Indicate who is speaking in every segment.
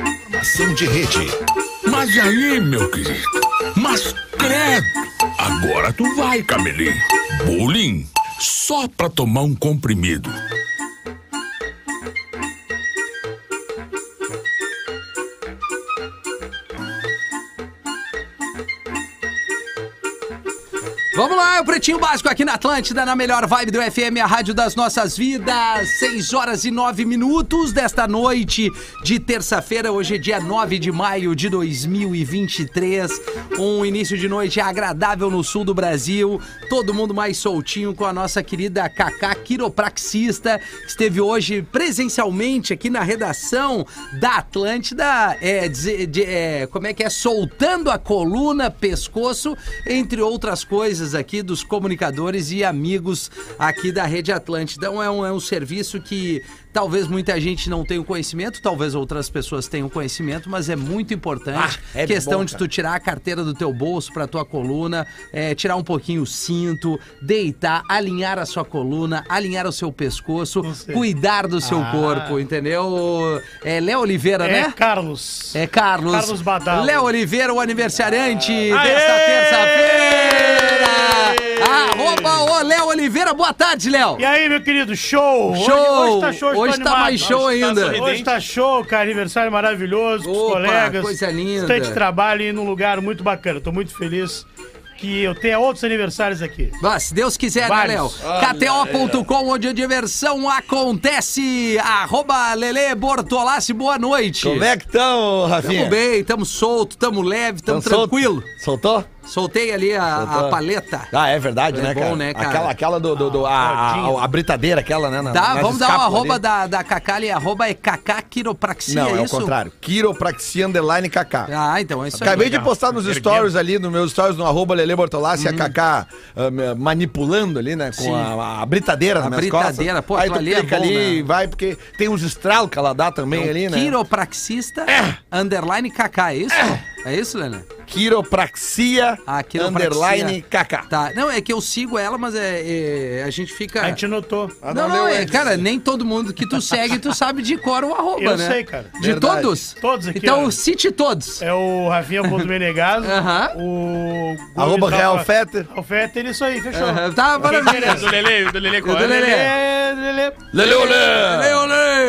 Speaker 1: Informação de rede.
Speaker 2: Mas aí, meu querido, mas credo, agora tu vai, camelinho. Bullying, só pra tomar um comprimido.
Speaker 3: Vamos lá, é o Pretinho Básico aqui na Atlântida, na melhor vibe do FM, a rádio das nossas vidas. 6 horas e 9 minutos desta noite de terça-feira. Hoje é dia 9 de maio de 2023. Um início de noite agradável no sul do Brasil. Todo mundo mais soltinho com a nossa querida Cacá, quiropraxista, que esteve hoje presencialmente aqui na redação da Atlântida. É, dizer- de- é, como é que é? Soltando a coluna, pescoço, entre outras coisas coisas aqui dos comunicadores e amigos aqui da Rede Atlântida. Então é um, é um serviço que talvez muita gente não tenha o conhecimento, talvez outras pessoas tenham conhecimento, mas é muito importante.
Speaker 4: Ah, é
Speaker 3: questão
Speaker 4: bom,
Speaker 3: de
Speaker 4: cara.
Speaker 3: tu tirar a carteira do teu bolso para tua coluna, é, tirar um pouquinho o cinto, deitar, alinhar a sua coluna, alinhar o seu pescoço, cuidar do seu corpo, entendeu? É Léo Oliveira,
Speaker 5: Ah. É
Speaker 3: né?
Speaker 5: Carlos.
Speaker 3: É Carlos.
Speaker 5: Carlos Badalo.
Speaker 3: Léo Oliveira, o aniversariante desta terça-feira. Arroba o Léo Oliveira. Boa tarde, Léo.
Speaker 5: E aí, meu querido, show!
Speaker 3: Show!
Speaker 5: Hoje, hoje tá show,
Speaker 3: Hoje
Speaker 5: tô
Speaker 3: tá
Speaker 5: animado.
Speaker 3: mais show
Speaker 5: Hoje tá
Speaker 3: ainda.
Speaker 5: sorridente. Hoje tá show, cara, aniversário maravilhoso com os
Speaker 3: Opa,
Speaker 5: colegas.
Speaker 3: coisa linda.
Speaker 5: Bastante trabalho e num lugar muito bacana. Tô muito feliz que eu tenha outros aniversários aqui.
Speaker 3: Ah, se Deus quiser,
Speaker 5: Vários.
Speaker 3: né, Léo? KTO.com, onde a diversão acontece. Arroba Lele Bortolassi, boa noite.
Speaker 4: Como é que estão, Rafinha?
Speaker 3: Tamo bem, tamo solto, tamo leve, tamo
Speaker 4: Tão solto?
Speaker 3: tranquilo.
Speaker 4: Soltou?
Speaker 3: Soltei ali a, a
Speaker 4: Soltou.
Speaker 3: paleta.
Speaker 4: Ah, é verdade,
Speaker 3: É
Speaker 4: né,
Speaker 3: bom,
Speaker 4: cara?
Speaker 3: né, cara?
Speaker 4: Aquela, aquela do, do- do- a, a- a, a britadeira, aquela, né? na-
Speaker 3: Tá,
Speaker 4: nas
Speaker 3: vamos dar o
Speaker 4: escápulas
Speaker 3: arroba
Speaker 4: ali.
Speaker 3: da, da Cacá ali, arroba é Cacá Quiropraxia,
Speaker 4: Não,
Speaker 3: é
Speaker 4: é, o
Speaker 3: isso?
Speaker 4: contrário. Quiropraxia underline Kaká.
Speaker 3: Ah, então é isso aí.
Speaker 4: Acabei de postar nos
Speaker 5: Erguendo.
Speaker 4: stories ali, nos meus stories, no arroba Lele Bortolassi, a Kaká ah, me- manipulando ali, né? Com
Speaker 3: Uhum. Sim.
Speaker 4: a, a britadeira
Speaker 3: A
Speaker 4: nas minhas
Speaker 3: britadeira,
Speaker 4: costas.
Speaker 3: pô,
Speaker 4: Aí tu
Speaker 3: aquilo ali é
Speaker 4: clica
Speaker 3: bom,
Speaker 4: ali
Speaker 3: né? É
Speaker 4: e vai, porque tem uns estralos que ela dá também ali, né?
Speaker 3: Quiropraxista, underline Kaká, é isso? É isso, Lena?
Speaker 4: Quiropraxia,
Speaker 3: Ah, quiropraxia.
Speaker 4: underline Kaká.
Speaker 3: Tá, não, é que eu sigo ela, mas é, é- a gente fica...
Speaker 5: A gente notou.
Speaker 4: Ah,
Speaker 3: Não,
Speaker 4: não,
Speaker 3: não,
Speaker 4: leu
Speaker 3: é,
Speaker 4: antes.
Speaker 3: cara, nem todo mundo que tu segue, tu sabe de cor o arroba,
Speaker 5: Eu
Speaker 3: né?
Speaker 5: sei, cara.
Speaker 3: De
Speaker 4: Verdade.
Speaker 3: todos?
Speaker 5: Todos aqui,
Speaker 3: Então,
Speaker 5: ó.
Speaker 3: cite todos.
Speaker 5: É o Rafinha Ponto Menegaso.
Speaker 3: Aham.
Speaker 5: O. Gomes
Speaker 4: Arroba
Speaker 5: Rafa-
Speaker 4: Real Fetter.
Speaker 5: Real Fetter, isso aí, fechou.
Speaker 3: Aham, Tá,
Speaker 6: É,
Speaker 3: maravilha.
Speaker 6: do Lele, do Lele
Speaker 3: Eu
Speaker 6: qual
Speaker 3: do
Speaker 6: é?
Speaker 3: Lele.
Speaker 5: É, Lelê.
Speaker 4: Lele,
Speaker 3: Olê,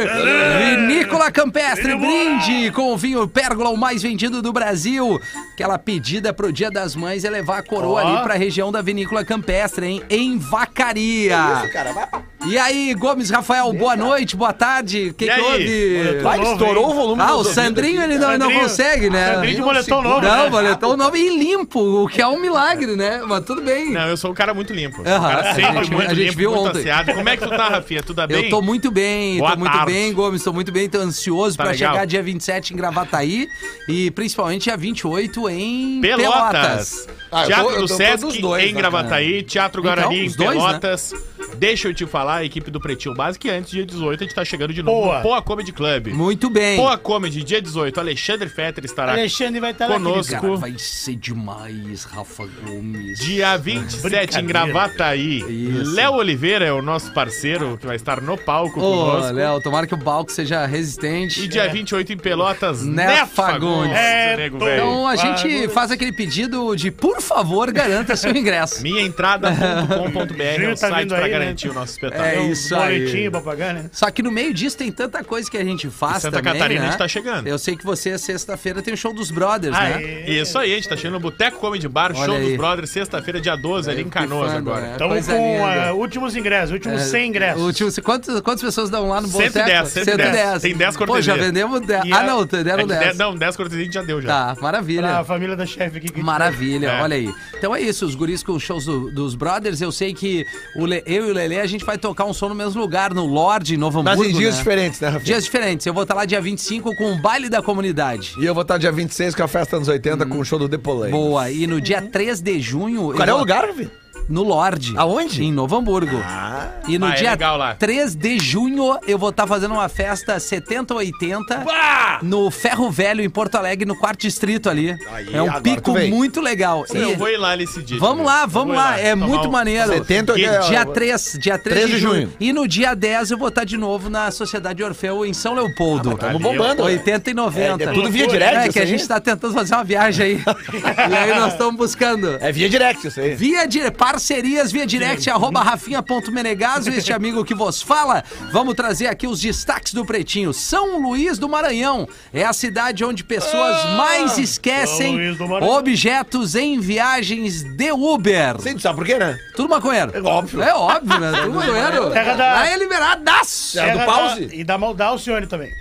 Speaker 3: olê. Vinícola
Speaker 5: é
Speaker 3: Campestre, brinde com o vinho Pérgola, o mais vendido do Brasil. Aquela pedida pro Dia das Mães é levar a coroa
Speaker 5: Ó.
Speaker 3: ali pra região da Vinícola Campestre, hein? Em Vacaria. E aí, Gomes Rafael, boa noite, boa tarde. O que,
Speaker 6: E
Speaker 3: que
Speaker 6: aí?
Speaker 3: houve?
Speaker 5: Boletom
Speaker 4: Vai,
Speaker 5: novo,
Speaker 4: estourou
Speaker 5: hein?
Speaker 4: o volume.
Speaker 3: Ah,
Speaker 4: dos
Speaker 3: o
Speaker 4: ouvidos
Speaker 3: Sandrinho
Speaker 4: aqui.
Speaker 3: ele não, ele não
Speaker 5: Sandrinho-
Speaker 3: consegue, né?
Speaker 5: Sandrinho de boletom
Speaker 3: Não,
Speaker 5: novo.
Speaker 3: Tá
Speaker 5: né?
Speaker 3: boletom novo e limpo, o que é um milagre, né? Mas tudo bem.
Speaker 6: Não, eu sou um cara muito limpo. Um
Speaker 3: Aham,
Speaker 6: cara
Speaker 3: a
Speaker 6: sempre
Speaker 3: gente-
Speaker 6: muito
Speaker 3: a gente
Speaker 6: limpo,
Speaker 3: viu
Speaker 6: muito
Speaker 3: ontem.
Speaker 6: ansiado. Como é que tu tá, Rafinha? Tu tá bem?
Speaker 3: Eu tô muito bem,
Speaker 6: Boa
Speaker 3: tô muito
Speaker 6: tarde.
Speaker 3: bem, Gomes, tô muito bem, tô ansioso
Speaker 6: Tá
Speaker 3: pra
Speaker 6: legal.
Speaker 3: chegar dia 27 em Gravataí e principalmente dia 28 em
Speaker 6: Pelotas.
Speaker 3: Pelotas.
Speaker 4: Ah, eu
Speaker 6: Teatro
Speaker 4: tô- eu
Speaker 6: do
Speaker 4: tô
Speaker 6: Sesc
Speaker 4: dos dois,
Speaker 6: em
Speaker 4: né,
Speaker 6: Gravataí, Teatro Guarani
Speaker 3: Então, os
Speaker 6: em
Speaker 3: dois, né?
Speaker 6: Pelotas. Deixa eu te falar, a equipe do Pretinho Básico, que antes, dia 18, a gente tá chegando de novo
Speaker 5: Boa.
Speaker 6: no Poa Comedy Club.
Speaker 3: Muito bem.
Speaker 6: Poa Comedy, dia 18, Alexandre Fetter estará
Speaker 5: Alexandre vai estar lá.
Speaker 6: Conosco.
Speaker 5: querido.
Speaker 3: Cara, vai ser demais, Rafa Gomes.
Speaker 6: Dia 27
Speaker 5: Brincadeira.
Speaker 6: em Gravataí.
Speaker 3: Isso.
Speaker 6: Léo Oliveira é o nosso parceiro que vai estar no palco
Speaker 3: Ô,
Speaker 6: conosco.
Speaker 3: Léo, tomara que o balco seja resistente.
Speaker 6: E dia 28 em Pelotas,
Speaker 3: Nefa
Speaker 6: Nefa Gomes.
Speaker 3: Gomes.
Speaker 5: É,
Speaker 6: nego
Speaker 5: tô-
Speaker 6: velho.
Speaker 3: Então a gente
Speaker 5: Agora-
Speaker 3: faz aquele pedido de, por favor, garanta seu ingresso.
Speaker 6: Minhaentrada.com.br é
Speaker 5: Gil
Speaker 6: o
Speaker 5: tá
Speaker 6: site
Speaker 5: vindo
Speaker 6: pra
Speaker 5: aí, né?
Speaker 6: garantir o nosso espetáculo.
Speaker 3: É
Speaker 5: Tem uns
Speaker 3: isso aí.
Speaker 5: boletinhos pra pagar, né?
Speaker 3: Só que no meio disso tem tanta coisa que a gente faz
Speaker 6: E Santa
Speaker 3: também,
Speaker 6: Catarina
Speaker 3: né?
Speaker 6: a gente tá chegando.
Speaker 3: Eu sei que você, sexta-feira, tem o show dos Brothers,
Speaker 6: Ah,
Speaker 3: né?
Speaker 5: Aê.
Speaker 6: Isso aí, a gente tá chegando no Boteco Comedy Bar,
Speaker 3: Olha
Speaker 6: show
Speaker 3: aí. É,
Speaker 6: dos brothers, sexta-feira, dia 12, ali em Canoas
Speaker 3: Pifando,
Speaker 6: agora.
Speaker 3: né?
Speaker 5: Estamos
Speaker 3: Coisa
Speaker 5: com
Speaker 3: linda. É,
Speaker 5: ah, últimos ingressos, últimos 100 ingressos.
Speaker 3: O tio, quantas, quantas pessoas dão lá no
Speaker 6: 110,
Speaker 3: Boteco?
Speaker 6: 110. Tem 10
Speaker 3: Pô, já
Speaker 6: cortesias.
Speaker 3: vendemos 10.
Speaker 5: E
Speaker 3: Ah,
Speaker 5: a-
Speaker 3: não, deram
Speaker 6: É que
Speaker 3: 10.
Speaker 6: de- não, 10 cortesias a gente já deu já.
Speaker 3: Tá,
Speaker 5: Pra
Speaker 3: maravilha.
Speaker 5: família da chefe aqui. que-
Speaker 3: Maravilha,
Speaker 6: É.
Speaker 3: olha aí. Então é isso, os guris com os shows do- dos brothers. Eu sei que o Le- eu e o Lelê a gente vai tocar um som no mesmo lugar, no Lorde, em Novo
Speaker 4: Mas
Speaker 3: Hamburgo.
Speaker 4: em dias
Speaker 3: né?
Speaker 4: diferentes, né, Rafinha?
Speaker 3: Dias diferentes. Eu vou estar lá dia 25 com o baile da comunidade.
Speaker 4: E eu vou estar dia 26 com a festa anos 80 com o show do Depolay.
Speaker 3: Boa. E no dia 3 de junho. eu
Speaker 4: Qual é o
Speaker 3: vou-
Speaker 4: lugar, Rafinha?
Speaker 3: No Lorde.
Speaker 1: Aonde?
Speaker 3: Em Novo Hamburgo. e no
Speaker 6: Ah, é
Speaker 3: dia
Speaker 6: legal lá.
Speaker 3: 3 de junho eu vou estar fazendo uma festa 70-80 no Ferro Velho, em Porto Alegre, no quarto distrito ali.
Speaker 4: Aí,
Speaker 3: é um
Speaker 4: agora
Speaker 3: pico
Speaker 4: tu vem.
Speaker 3: muito legal. E-
Speaker 6: Eu vou ir lá nesse dia.
Speaker 3: Vamos lá,
Speaker 6: Eu vou
Speaker 3: vamos
Speaker 6: ir
Speaker 3: lá. É
Speaker 6: tomar
Speaker 3: muito
Speaker 6: um-
Speaker 3: maneiro.
Speaker 4: 70
Speaker 3: Dia-
Speaker 4: é-
Speaker 3: dia 3, dia 3, de,
Speaker 4: 3 de
Speaker 3: junho.
Speaker 4: junho.
Speaker 3: E no dia 10 eu vou estar de novo na Sociedade Orfeu em São Leopoldo.
Speaker 6: tamo
Speaker 1: bombando, né?
Speaker 3: 80 e 90.
Speaker 1: É, é tudo via direct,
Speaker 3: É,
Speaker 1: isso
Speaker 3: que a
Speaker 1: aí?
Speaker 3: gente tá tentando fazer uma viagem aí. e aí nós estamos buscando.
Speaker 1: É via direct isso aí.
Speaker 3: Via dire... Parcerias via direct, arroba rafinha.menegaso, este amigo que vos fala. Vamos trazer aqui os destaques do Pretinho. São Luís do Maranhão é a cidade onde pessoas mais esquecem
Speaker 5: São Luís do Maranhão.
Speaker 3: objetos em viagens de Uber.
Speaker 4: Sim, tu sabe por quê, né?
Speaker 3: Tudo maconheiro. É
Speaker 4: óbvio.
Speaker 3: É óbvio, né? Tudo maconheiro.
Speaker 5: Terra da-
Speaker 3: Lá é liberadaço.
Speaker 5: Terra da-
Speaker 4: É pause?
Speaker 5: E da Mal- da Alcione também.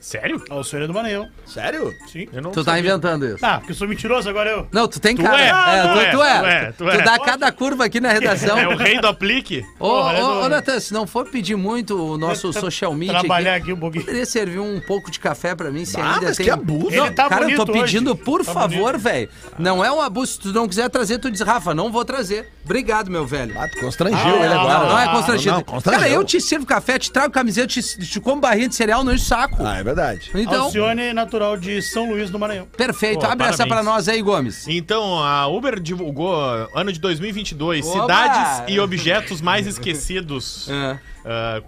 Speaker 6: Sério?
Speaker 5: A Alcione é do Maranhão.
Speaker 4: Sério?
Speaker 5: Sim.
Speaker 6: Eu não
Speaker 3: Tu tá
Speaker 6: sabia.
Speaker 3: inventando isso.
Speaker 5: Tá, porque eu sou mentiroso agora eu.
Speaker 3: Não, tu tem cara.
Speaker 6: é,
Speaker 3: tu,
Speaker 6: tu é,
Speaker 3: tu é. Tu,
Speaker 6: tu é, tu é.
Speaker 3: dá cada curva aqui na redação.
Speaker 6: É o rei do aplique?
Speaker 3: Ô,
Speaker 5: Porra, é
Speaker 3: ô,
Speaker 5: do-
Speaker 3: ô, Natan, se não for pedir muito o nosso
Speaker 5: Tra-
Speaker 3: social media
Speaker 5: Trabalhar
Speaker 3: aqui,
Speaker 5: aqui um pouquinho.
Speaker 3: poderia servir um pouco de café pra mim, se
Speaker 4: Ah,
Speaker 3: ainda
Speaker 4: mas
Speaker 3: tem...
Speaker 4: que abuso.
Speaker 5: Ele
Speaker 3: Não,
Speaker 5: tá
Speaker 3: cara, eu tô
Speaker 5: bonito hoje.
Speaker 3: pedindo, por
Speaker 5: Tá
Speaker 3: favor,
Speaker 5: bonito.
Speaker 3: velho. Não é um abuso. Se tu não quiser trazer, tu diz, Rafa, não vou trazer. Obrigado, meu velho.
Speaker 4: Ah, tu constrangiu
Speaker 5: Ah,
Speaker 4: ele
Speaker 5: não,
Speaker 4: agora.
Speaker 3: Não, não é constrangido.
Speaker 4: Não, constrangeu.
Speaker 3: Cara, eu te sirvo café, te trago camiseta, te, te como barrinha de cereal, não enche o saco.
Speaker 4: Ah, é verdade.
Speaker 3: Então,
Speaker 5: Alcione é natural de São Luís do Maranhão.
Speaker 3: perfeito.
Speaker 6: Pô,
Speaker 3: Abre essa
Speaker 6: parabéns.
Speaker 3: pra nós aí, Gomes.
Speaker 6: Então, a Uber divulgou ah, ano de 2022
Speaker 3: Oba! É.
Speaker 6: cidades e objetos mais esquecidos. Ah,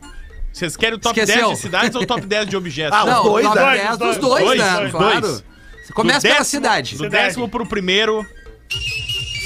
Speaker 6: Vocês querem o top
Speaker 3: Esqueceu.
Speaker 6: 10 de cidades ou o top 10 de objetos?
Speaker 4: Ah, os
Speaker 3: Não,
Speaker 4: dois,
Speaker 3: nove
Speaker 4: né?
Speaker 3: dez
Speaker 5: Os
Speaker 3: dos dois,
Speaker 5: dois,
Speaker 6: dois,
Speaker 3: né?
Speaker 6: dois,
Speaker 3: Claro.
Speaker 6: dois.
Speaker 3: Você Começa
Speaker 6: Do
Speaker 3: pela
Speaker 6: décimo-
Speaker 3: cidade.
Speaker 6: Do décimo pro primeiro.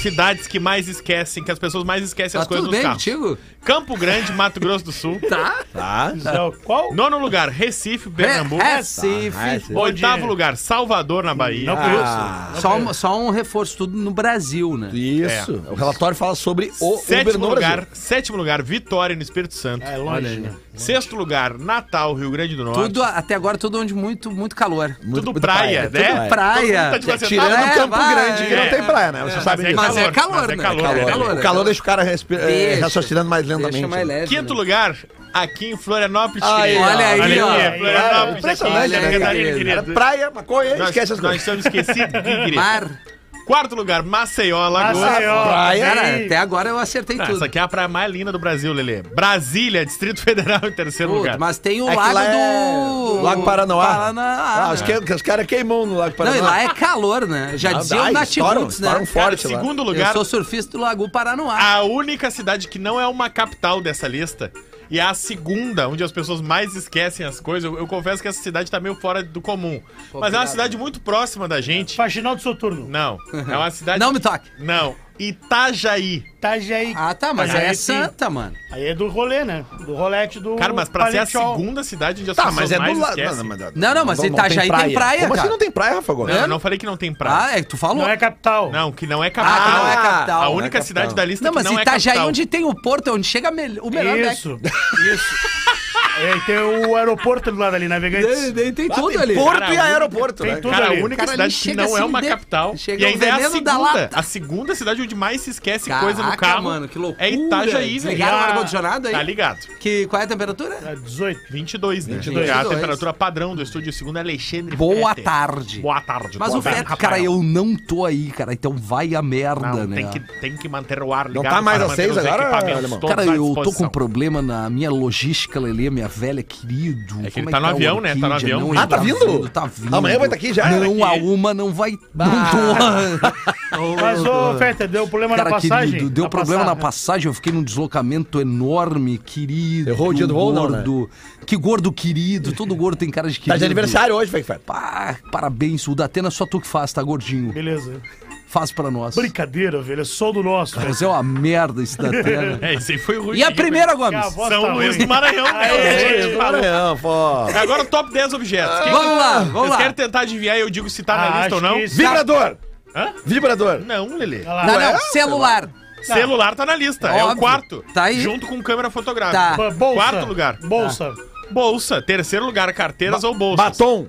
Speaker 6: Cidades que mais esquecem, que as pessoas mais esquecem
Speaker 3: Tá
Speaker 6: as coisas
Speaker 3: tudo
Speaker 6: nos
Speaker 3: bem
Speaker 6: carros.
Speaker 3: contigo?
Speaker 6: Campo Grande, Mato Grosso do Sul.
Speaker 3: Tá.
Speaker 4: Tá.
Speaker 5: Então, qual?
Speaker 6: Nono lugar, Recife, Pernambuco.
Speaker 3: É,
Speaker 6: é
Speaker 4: ah,
Speaker 3: Recife.
Speaker 4: Recife.
Speaker 6: Oitavo
Speaker 5: Onde-
Speaker 6: lugar, Salvador, na Bahia.
Speaker 5: Não
Speaker 4: Ah,
Speaker 5: conheço.
Speaker 3: Só, um- só um reforço, tudo no Brasil, né?
Speaker 4: Isso. O relatório fala sobre o Uber
Speaker 6: sétimo
Speaker 4: no
Speaker 6: lugar,
Speaker 4: Brasil.
Speaker 6: sétimo lugar, Vitória, no Espírito Santo.
Speaker 5: É longe, né?
Speaker 6: Sexto lugar, Natal, Rio Grande do Norte.
Speaker 3: Tudo, até agora, tudo onde muito, muito calor.
Speaker 6: Tudo
Speaker 4: Muito- muito praia,
Speaker 6: praia, né?
Speaker 4: tudo
Speaker 3: praia.
Speaker 6: Todo mundo tá de
Speaker 4: Tirando
Speaker 6: macetado.
Speaker 4: o
Speaker 3: É,
Speaker 4: Campo
Speaker 3: vai,
Speaker 4: Grande, que
Speaker 6: é.
Speaker 4: não tem praia, né? Você sabe
Speaker 6: mas
Speaker 4: disso.
Speaker 6: é
Speaker 3: Mas é calor,
Speaker 6: mas é
Speaker 3: né?
Speaker 6: calor,
Speaker 3: É
Speaker 6: né?
Speaker 3: calor,
Speaker 4: O calor deixa o cara respira, eh,
Speaker 3: Deixa.
Speaker 4: raciocinando mais
Speaker 3: Deixa
Speaker 4: lentamente.
Speaker 3: mais leve.
Speaker 6: Quinto
Speaker 3: né?
Speaker 6: lugar, aqui em Florianópolis.
Speaker 4: Aí,
Speaker 6: querido.
Speaker 3: Olha aí,
Speaker 6: Olha
Speaker 3: ó.
Speaker 6: aí, Florianópolis. aqui em
Speaker 4: Impressionante,
Speaker 6: Santa
Speaker 3: né,
Speaker 6: Catarina,
Speaker 3: querido?
Speaker 4: Era
Speaker 6: querido.
Speaker 4: praia, maconha,
Speaker 6: Nós,
Speaker 4: esquece as
Speaker 6: nós
Speaker 4: coisas.
Speaker 6: estamos esquecidos, querido.
Speaker 3: Mar.
Speaker 6: Quarto lugar, Maceió, Lagoas.
Speaker 5: Maceió.
Speaker 4: praia.
Speaker 3: Cara,
Speaker 5: Ei.
Speaker 3: né? até agora eu acertei
Speaker 6: Ah,
Speaker 3: tudo.
Speaker 6: essa aqui é a praia mais linda do Brasil, Lelê. Brasília, Distrito Federal, em terceiro
Speaker 3: Puta,
Speaker 6: um lugar.
Speaker 3: mas tem o
Speaker 4: É que
Speaker 3: lago
Speaker 4: lá é-
Speaker 3: do.
Speaker 4: Lago Paranoá.
Speaker 3: Paranoá,
Speaker 4: Ah,
Speaker 3: né?
Speaker 4: os, que, os caras queimam no Lago
Speaker 3: Não,
Speaker 4: Paranoá.
Speaker 3: e lá é calor, né? Já
Speaker 4: Ah,
Speaker 3: dizia o
Speaker 4: dá, estouram-
Speaker 3: Natimuts, né?
Speaker 4: estouram
Speaker 6: Cara, em
Speaker 4: um forte lá.
Speaker 6: segundo
Speaker 3: Eu
Speaker 6: É um lugar, Ah,
Speaker 3: sou surfista do Lago Paranoá.
Speaker 6: a única cidade que não é uma capital dessa lista. E é a segunda, onde as pessoas mais esquecem as coisas. Eu, eu confesso que essa cidade tá meio fora do comum. Mas é uma
Speaker 3: obrigado.
Speaker 6: cidade muito próxima da gente.
Speaker 5: Faxinal do Soturno.
Speaker 6: Não, é uma cidade...
Speaker 3: Não me toque.
Speaker 6: Não, Itajaí.
Speaker 5: Itajaí.
Speaker 3: Ah, tá, mas
Speaker 5: Aí
Speaker 3: é
Speaker 5: sim.
Speaker 3: santa, mano.
Speaker 5: Aí é do rolê, né? Do rolete do.
Speaker 6: Cara, mas pra ser a
Speaker 5: Palichol.
Speaker 6: segunda cidade onde as
Speaker 4: Tá,
Speaker 6: pessoas
Speaker 4: mas é
Speaker 6: mais
Speaker 4: do lado.
Speaker 6: esquecem... Não,
Speaker 3: Não, não, mas tá Itajaí tem praia,
Speaker 4: Como
Speaker 3: cara.
Speaker 4: assim não tem praia, Rafa?
Speaker 6: eu não falei que não tem praia.
Speaker 3: é? Ah, é que tu falou.
Speaker 5: Não é capital.
Speaker 6: Não, que não é
Speaker 3: Ah, que
Speaker 6: capital.
Speaker 3: não é capital.
Speaker 6: A
Speaker 3: Não é
Speaker 6: única
Speaker 4: capital.
Speaker 6: cidade da lista
Speaker 3: Não, mas
Speaker 6: que não
Speaker 3: Itajaí,
Speaker 6: é capital.
Speaker 3: onde tem o porto, é onde chega mel- o melhor
Speaker 5: Isso. Isso. Aí tem o aeroporto do lado ali,
Speaker 3: Tem,
Speaker 5: navegantes.
Speaker 3: tem, tem tudo ali.
Speaker 4: Porto
Speaker 6: Cara,
Speaker 4: e
Speaker 6: a única-
Speaker 4: aeroporto,
Speaker 5: tem
Speaker 4: né?
Speaker 5: tudo.
Speaker 6: Cara, a
Speaker 5: ali.
Speaker 6: única
Speaker 3: Cara, ali
Speaker 6: cidade que
Speaker 3: chega
Speaker 6: não é
Speaker 3: assim,
Speaker 6: uma
Speaker 3: de-
Speaker 6: capital.
Speaker 3: chega
Speaker 6: e
Speaker 3: um
Speaker 6: ainda é a
Speaker 3: veneno da
Speaker 6: segunda.
Speaker 3: lata.
Speaker 6: A segunda cidade onde mais se esquece
Speaker 3: Caraca,
Speaker 6: coisa no carro.
Speaker 3: mano, que loucura.
Speaker 6: É Itajaí, velho.
Speaker 3: Ligaram o
Speaker 5: Ah,
Speaker 3: ar-condicionado aí?
Speaker 6: Tá ligado.
Speaker 3: Que, qual é a temperatura?
Speaker 5: Tá, 18.
Speaker 6: 22, né?
Speaker 4: 22.
Speaker 6: É a temperatura padrão do estúdio, segundo Alexandre
Speaker 3: Boa
Speaker 6: Fetter.
Speaker 3: tarde.
Speaker 6: É, Boa tarde.
Speaker 3: Mas
Speaker 6: boa
Speaker 3: o Fetter,
Speaker 6: tarde,
Speaker 3: cara,
Speaker 6: Rafael.
Speaker 3: eu não tô aí, cara. Então vai a merda,
Speaker 6: Não,
Speaker 3: né?
Speaker 6: tem, que, tem que manter o ar ligado.
Speaker 4: tá mais
Speaker 6: para
Speaker 4: às
Speaker 6: manter
Speaker 4: seis
Speaker 6: os
Speaker 4: agora,
Speaker 6: equipamentos
Speaker 4: alemão?
Speaker 6: todos
Speaker 3: Cara, eu
Speaker 6: à
Speaker 3: tô com
Speaker 6: disposição.
Speaker 3: um problema na minha logística, Lelê, minha velha, querido.
Speaker 6: É que ele
Speaker 3: Como
Speaker 6: tá no
Speaker 3: o
Speaker 6: avião, né? Tá no
Speaker 3: Orquídea?
Speaker 6: avião.
Speaker 3: ele
Speaker 4: Ah, tá vindo?
Speaker 3: Tá vindo.
Speaker 4: Amanhã vai tá aqui já?
Speaker 3: Não, a
Speaker 6: Vai aqui. né?
Speaker 3: uma não vai. Não tô.
Speaker 5: Mas, ô, Feta, deu problema
Speaker 3: Cara,
Speaker 5: na passagem?
Speaker 3: querido, deu
Speaker 5: Na
Speaker 3: problema na
Speaker 5: passagem.
Speaker 3: passagem, eu fiquei num deslocamento enorme, querido.
Speaker 4: Errou o dia do voo, não, né?
Speaker 3: gordo. Que gordo querido, todo gordo tem cara de querido.
Speaker 4: Tá de aniversário hoje, vai, Fé.
Speaker 3: Pá, parabéns, o da Atena só tu que faz, tá gordinho.
Speaker 5: Beleza.
Speaker 3: Faz pra nós.
Speaker 5: Brincadeira, velho. É só do nosso. velho.
Speaker 3: Mas é uma merda esse da Atena.
Speaker 6: É, esse aí foi ruim.
Speaker 3: E a primeira,
Speaker 5: Que a
Speaker 3: Gomes?
Speaker 5: voz tá
Speaker 6: São Luís
Speaker 5: ruim.
Speaker 6: do Maranhão. né?
Speaker 5: Aê,
Speaker 4: Maranhão, pô.
Speaker 6: Agora o top 10 objetos. Quem-
Speaker 3: Vamos lá, vamos
Speaker 6: Vocês
Speaker 3: lá.
Speaker 6: querem tentar adivinhar e eu digo se tá
Speaker 5: Ah,
Speaker 6: na lista ou
Speaker 5: acho
Speaker 6: não?
Speaker 5: que isso.
Speaker 4: Vibrador!
Speaker 6: Hã?
Speaker 4: Vibrador!
Speaker 6: Não, Lelê.
Speaker 5: Olha lá.
Speaker 3: Não,
Speaker 4: Ué,
Speaker 3: não, celular.
Speaker 6: Celular tá na lista. É o
Speaker 3: Óbvio.
Speaker 6: quarto.
Speaker 3: Tá aí.
Speaker 6: Junto com câmera fotográfica.
Speaker 3: Tá.
Speaker 5: Bolsa.
Speaker 6: Quarto lugar. Ah.
Speaker 5: Bolsa.
Speaker 6: Bolsa. Terceiro lugar, carteiras ou bolsas.
Speaker 4: Batom!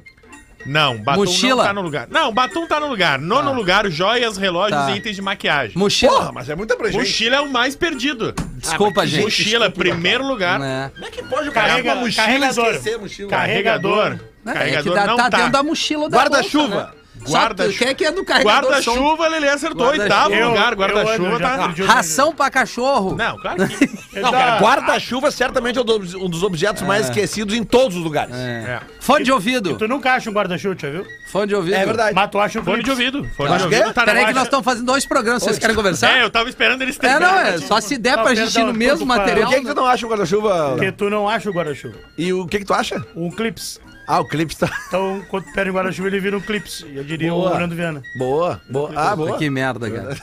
Speaker 6: Não, batom
Speaker 3: Mochila.
Speaker 6: não tá no lugar. Não, batom tá no lugar. Nono lugar, joias, relógios
Speaker 3: Tá.
Speaker 6: e itens de maquiagem.
Speaker 3: Mochila.
Speaker 4: mas é muita abrangente.
Speaker 6: Mochila é o mais perdido.
Speaker 3: Desculpa, gente.
Speaker 6: mochila, primeiro lugar.
Speaker 3: Né?
Speaker 4: Como é que pode o
Speaker 5: Carrega-
Speaker 4: com a mochila
Speaker 5: carregador.
Speaker 4: esquecer a mochila?
Speaker 5: Carregador.
Speaker 6: Carregador.
Speaker 3: É que dá-
Speaker 6: não
Speaker 3: tá,
Speaker 6: tá.
Speaker 3: dentro da mochila da bolsa,
Speaker 4: Guarda-chuva!
Speaker 3: né?
Speaker 6: Guarda-
Speaker 3: Só tu- quem é que é do carregador som?
Speaker 6: Guarda-chuva, Lelê acertou.
Speaker 3: Guarda-chuva.
Speaker 6: Oitavo
Speaker 5: Eu-
Speaker 6: lugar,
Speaker 5: eu
Speaker 6: guarda-chuva
Speaker 5: ando, já
Speaker 6: tá.
Speaker 5: perdi o- Tá.
Speaker 3: Ração pra cachorro.
Speaker 6: Não, claro que.
Speaker 5: Eu
Speaker 7: Não,
Speaker 5: já-
Speaker 7: cara, guarda-chuva certamente é um dos- um dos objetos mais esquecidos em todos os lugares.
Speaker 6: É.
Speaker 3: Fone de ouvido.
Speaker 5: Tu nunca acha um guarda-chuva, já viu?
Speaker 3: Fone de ouvido.
Speaker 7: É verdade.
Speaker 5: Mas tu acha um
Speaker 6: Fone de
Speaker 5: Philips.
Speaker 6: ouvido. Fone de
Speaker 7: Acho que
Speaker 6: ouvido
Speaker 7: é.
Speaker 6: tá
Speaker 3: Peraí
Speaker 6: na
Speaker 3: que nós
Speaker 6: baixa.
Speaker 3: estamos fazendo dois programas, vocês querem conversar?
Speaker 6: É, eu tava esperando eles
Speaker 3: É,
Speaker 6: terem.
Speaker 3: não, é
Speaker 6: um.
Speaker 3: só se der
Speaker 5: Ah,
Speaker 3: pra gente ir no
Speaker 5: perdão,
Speaker 3: mesmo
Speaker 5: tu
Speaker 3: material.
Speaker 5: parou.
Speaker 1: Por
Speaker 6: é
Speaker 1: que, que
Speaker 3: né?
Speaker 6: tá
Speaker 1: tu não acha o guarda-chuva?
Speaker 5: Porque tu não acha o guarda-chuva.
Speaker 1: E o que, que tu acha?
Speaker 5: Um clips.
Speaker 1: Ah, o clipe tá.
Speaker 5: Então, quando tu perde o guarda-chuva, ele vira um clips. Eu diria
Speaker 1: Boa.
Speaker 5: o Orlando Viana.
Speaker 1: Boa, boa. Ah, boa.
Speaker 3: Que merda, cara.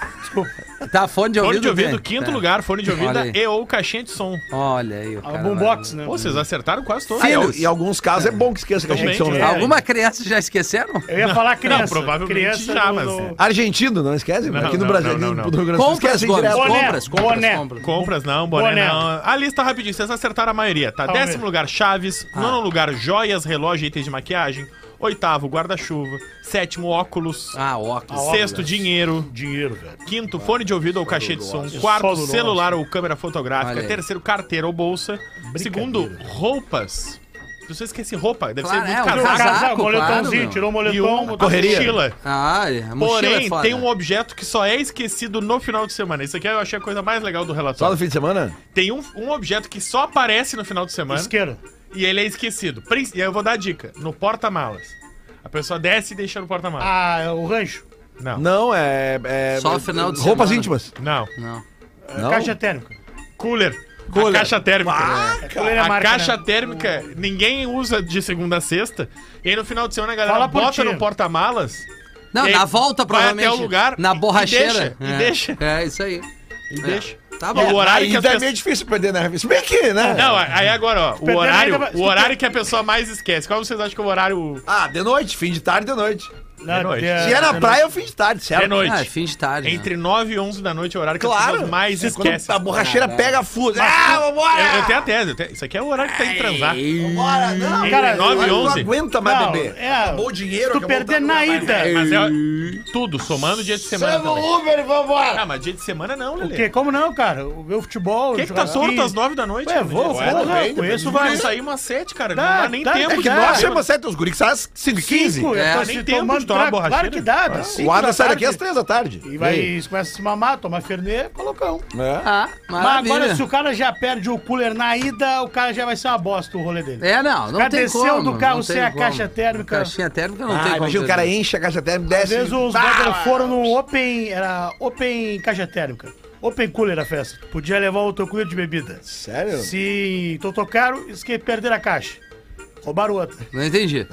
Speaker 3: Tá, fone de
Speaker 6: Fone
Speaker 3: ouvido.
Speaker 6: de ouvido,
Speaker 3: vem.
Speaker 6: quinto
Speaker 3: Tá.
Speaker 6: lugar, Tá, fone de ouvido
Speaker 3: Olha aí.
Speaker 6: e ou caixinha de som.
Speaker 3: Olha aí, o
Speaker 5: Ah,
Speaker 3: cara.
Speaker 5: o
Speaker 6: um
Speaker 5: boombox, né?
Speaker 6: Pô, vocês
Speaker 3: Uhum.
Speaker 6: acertaram quase todos.
Speaker 1: Ah,
Speaker 3: Filhos.
Speaker 1: em- em alguns casos é bom que esqueça que a gente
Speaker 6: Também,
Speaker 1: são. né?
Speaker 5: é.
Speaker 3: Tá, Alguma criança já esqueceram?
Speaker 5: Eu ia falar criança.
Speaker 6: Não, provavelmente
Speaker 5: criança um
Speaker 6: já,
Speaker 5: no-
Speaker 6: mas
Speaker 5: no-
Speaker 6: é.
Speaker 1: Argentino, não esquece?
Speaker 6: Não,
Speaker 1: Aqui no
Speaker 6: não,
Speaker 1: Brasil,
Speaker 6: não, não, não.
Speaker 1: do Rio Grande do Sul,
Speaker 3: Compras,
Speaker 1: esquecem
Speaker 3: Gomes.
Speaker 1: direto.
Speaker 5: Boné,
Speaker 3: Compras, compras,
Speaker 5: boné.
Speaker 3: compras.
Speaker 6: Compras não, boné,
Speaker 5: Boné.
Speaker 6: não. A lista rapidinho, vocês acertaram a maioria, tá?
Speaker 5: Talvez.
Speaker 6: Décimo lugar, chaves.
Speaker 3: Ah.
Speaker 6: Nono lugar, joias, relógio e itens de maquiagem. Oitavo, guarda-chuva. Sétimo, óculos.
Speaker 3: Ah, óculos.
Speaker 6: Sexto, é dinheiro.
Speaker 5: Dinheiro, velho.
Speaker 6: Quinto, fone de ouvido ou caixa de som.
Speaker 5: Só
Speaker 6: Quarto,
Speaker 5: do nosso.
Speaker 6: celular ou câmera
Speaker 3: Olha
Speaker 6: fotográfica.
Speaker 3: aí.
Speaker 6: Terceiro, carteira ou bolsa. Segundo, roupas. Se você esquece roupa, deve
Speaker 3: Claro,
Speaker 6: ser
Speaker 3: é,
Speaker 6: muito
Speaker 3: um
Speaker 6: caro.
Speaker 3: casaco, claro,
Speaker 5: Ah, moletomzinho,
Speaker 3: meu.
Speaker 5: tirou o
Speaker 6: E um,
Speaker 5: moletom,
Speaker 6: a
Speaker 5: botou-
Speaker 1: Correria.
Speaker 6: mochila.
Speaker 3: Ah, é. mochila
Speaker 6: Porém,
Speaker 3: é foda.
Speaker 6: tem um objeto que só é esquecido no final de semana. Isso aqui eu achei a coisa mais legal do
Speaker 1: Só no
Speaker 6: relatório.
Speaker 1: fim de semana?
Speaker 6: Tem um, um objeto que só aparece no final de semana
Speaker 5: Isqueiro.
Speaker 6: e ele é esquecido. Prin- E eu vou dar a dica: no porta-malas. A pessoa desce e deixa no porta-malas.
Speaker 5: Ah, é o rancho.
Speaker 6: Não. não.
Speaker 1: Não, é. é-
Speaker 3: Só final de
Speaker 1: Roupas
Speaker 3: semana.
Speaker 1: íntimas.
Speaker 3: Não.
Speaker 5: É
Speaker 1: Não.
Speaker 5: Caixa térmica.
Speaker 6: Cooler. A caixa térmica.
Speaker 5: É, cooler é
Speaker 6: a
Speaker 5: marca,
Speaker 6: caixa
Speaker 5: né?
Speaker 6: térmica, ninguém usa de segunda a sexta. E aí no final de semana a galera
Speaker 5: Fala por
Speaker 6: bota
Speaker 5: ti.
Speaker 6: no porta-malas.
Speaker 3: Não,
Speaker 6: E
Speaker 3: na
Speaker 6: aí
Speaker 3: volta,
Speaker 6: vai até
Speaker 3: provavelmente.
Speaker 6: o lugar
Speaker 3: na
Speaker 6: e- e
Speaker 3: borracheira.
Speaker 6: deixa, e
Speaker 3: é.
Speaker 6: deixa.
Speaker 3: É, isso aí.
Speaker 6: E
Speaker 3: É.
Speaker 6: deixa.
Speaker 3: Tá
Speaker 6: E o
Speaker 3: bom.
Speaker 6: horário
Speaker 1: Aí
Speaker 6: que as
Speaker 1: é
Speaker 6: pessoas-
Speaker 1: meio difícil perder, né? Se bem que, né?
Speaker 6: Não, aí agora, ó. O
Speaker 5: Perdendo
Speaker 6: horário,
Speaker 5: ainda vai-
Speaker 6: o horário que a pessoa mais esquece. Qual vocês acham que é o horário
Speaker 1: Ah, de noite, fim de tarde, de noite.
Speaker 5: Na-
Speaker 6: noite.
Speaker 5: de-
Speaker 1: Se é na
Speaker 5: de-
Speaker 1: praia, é o fim de tarde, certo?
Speaker 6: de noite?
Speaker 3: Ah, é fim de tarde. né?
Speaker 6: Entre 9 e 11 da noite é o horário que as
Speaker 1: Claro.
Speaker 6: pessoas mais
Speaker 1: É quando
Speaker 6: esquecem.
Speaker 1: A borracheira
Speaker 3: Caralho.
Speaker 1: pega fuso. Ah, vambora!
Speaker 6: Eu, eu tenho a tese. eu tenho- Isso aqui é o horário que tem que transar.
Speaker 1: Vambora, não.
Speaker 5: Cara,
Speaker 1: Cara,
Speaker 6: nove e
Speaker 1: não
Speaker 6: onze.
Speaker 1: aguenta mais
Speaker 5: Não,
Speaker 1: beber.
Speaker 5: é.
Speaker 1: Acabou o dinheiro,
Speaker 5: Tu
Speaker 1: acabou
Speaker 5: perder
Speaker 1: o-
Speaker 5: na ida.
Speaker 6: Mas é tudo, somando dia de semana
Speaker 1: Chama
Speaker 6: também.
Speaker 1: o Uber e vambora!
Speaker 6: Ah, mas dia de semana não, Lelê.
Speaker 5: Porque, como não, cara? O meu futebol.
Speaker 6: Por que, que tá
Speaker 5: churrasquinho.
Speaker 6: sorto às 9 da noite?
Speaker 5: Ué, vou,
Speaker 6: Ué,
Speaker 5: porra,
Speaker 1: bem,
Speaker 5: conheço
Speaker 6: Isso
Speaker 5: vai.
Speaker 6: vai sair umas 7, cara.
Speaker 5: Dá,
Speaker 6: não dá nem
Speaker 5: dá,
Speaker 6: tempo
Speaker 5: é
Speaker 6: de
Speaker 5: que
Speaker 6: dar.
Speaker 5: dá.
Speaker 1: Você os guri que saem às 5 15
Speaker 5: Cinco,
Speaker 3: É,
Speaker 5: eu tô
Speaker 6: nem
Speaker 5: se
Speaker 6: tempo
Speaker 5: tomando
Speaker 6: de tomar
Speaker 5: trago.
Speaker 6: borracheira.
Speaker 5: Claro que dá, dá.
Speaker 1: O
Speaker 5: cinco
Speaker 1: Adam
Speaker 5: da
Speaker 1: sai daqui
Speaker 5: tarde.
Speaker 1: às 3 da tarde.
Speaker 5: E vai, começa a se mamar, tomar fernê, colocão.
Speaker 1: É.
Speaker 3: Ah,
Speaker 5: Mas
Speaker 3: maravilha.
Speaker 5: agora, se o cara já perde o cooler na ida, o cara já vai ser uma bosta o rolê dele.
Speaker 3: É, não, não
Speaker 5: cara
Speaker 3: tem
Speaker 5: desceu
Speaker 3: como.
Speaker 5: do carro
Speaker 3: não tem
Speaker 5: sem a
Speaker 3: como.
Speaker 5: caixa térmica.
Speaker 3: Caixinha térmica não tem
Speaker 1: Ah,
Speaker 3: como.
Speaker 1: imagina, o
Speaker 3: ter-
Speaker 1: cara enche a caixa térmica,
Speaker 5: Às
Speaker 1: desce.
Speaker 5: vezes os
Speaker 1: Bah!
Speaker 5: brothers foram no Open. Era Open Caixa Térmica. Open Cooler a festa. Podia levar o teu cooler de bebida.
Speaker 1: Sério?
Speaker 5: Se tocaram, isso que perderam a caixa. Roubaram outra.
Speaker 3: Não entendi.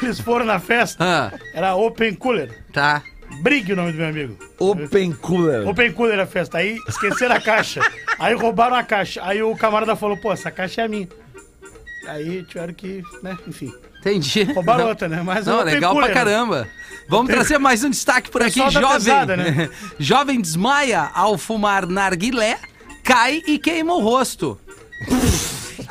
Speaker 5: Eles foram na festa.
Speaker 3: Ah,
Speaker 5: Era Open Cooler.
Speaker 3: tá.
Speaker 5: Brigue o nome do meu amigo.
Speaker 1: Open cooler.
Speaker 5: Open Cooler a festa. Aí esqueceram a caixa. Aí roubaram a caixa. Aí o camarada falou: pô, essa caixa é minha. Aí tiveram que, né, enfim.
Speaker 3: Entendi.
Speaker 5: Roubaram
Speaker 3: Não.
Speaker 5: outra, né? Mas
Speaker 3: Não,
Speaker 5: Open
Speaker 3: legal pra
Speaker 5: Cooler, né?
Speaker 3: caramba. Vamos trazer mais um destaque por aqui.
Speaker 5: Pessoal da
Speaker 3: Jovem,
Speaker 5: pesada, né?
Speaker 3: jovem desmaia ao fumar narguilé, cai e queima o rosto.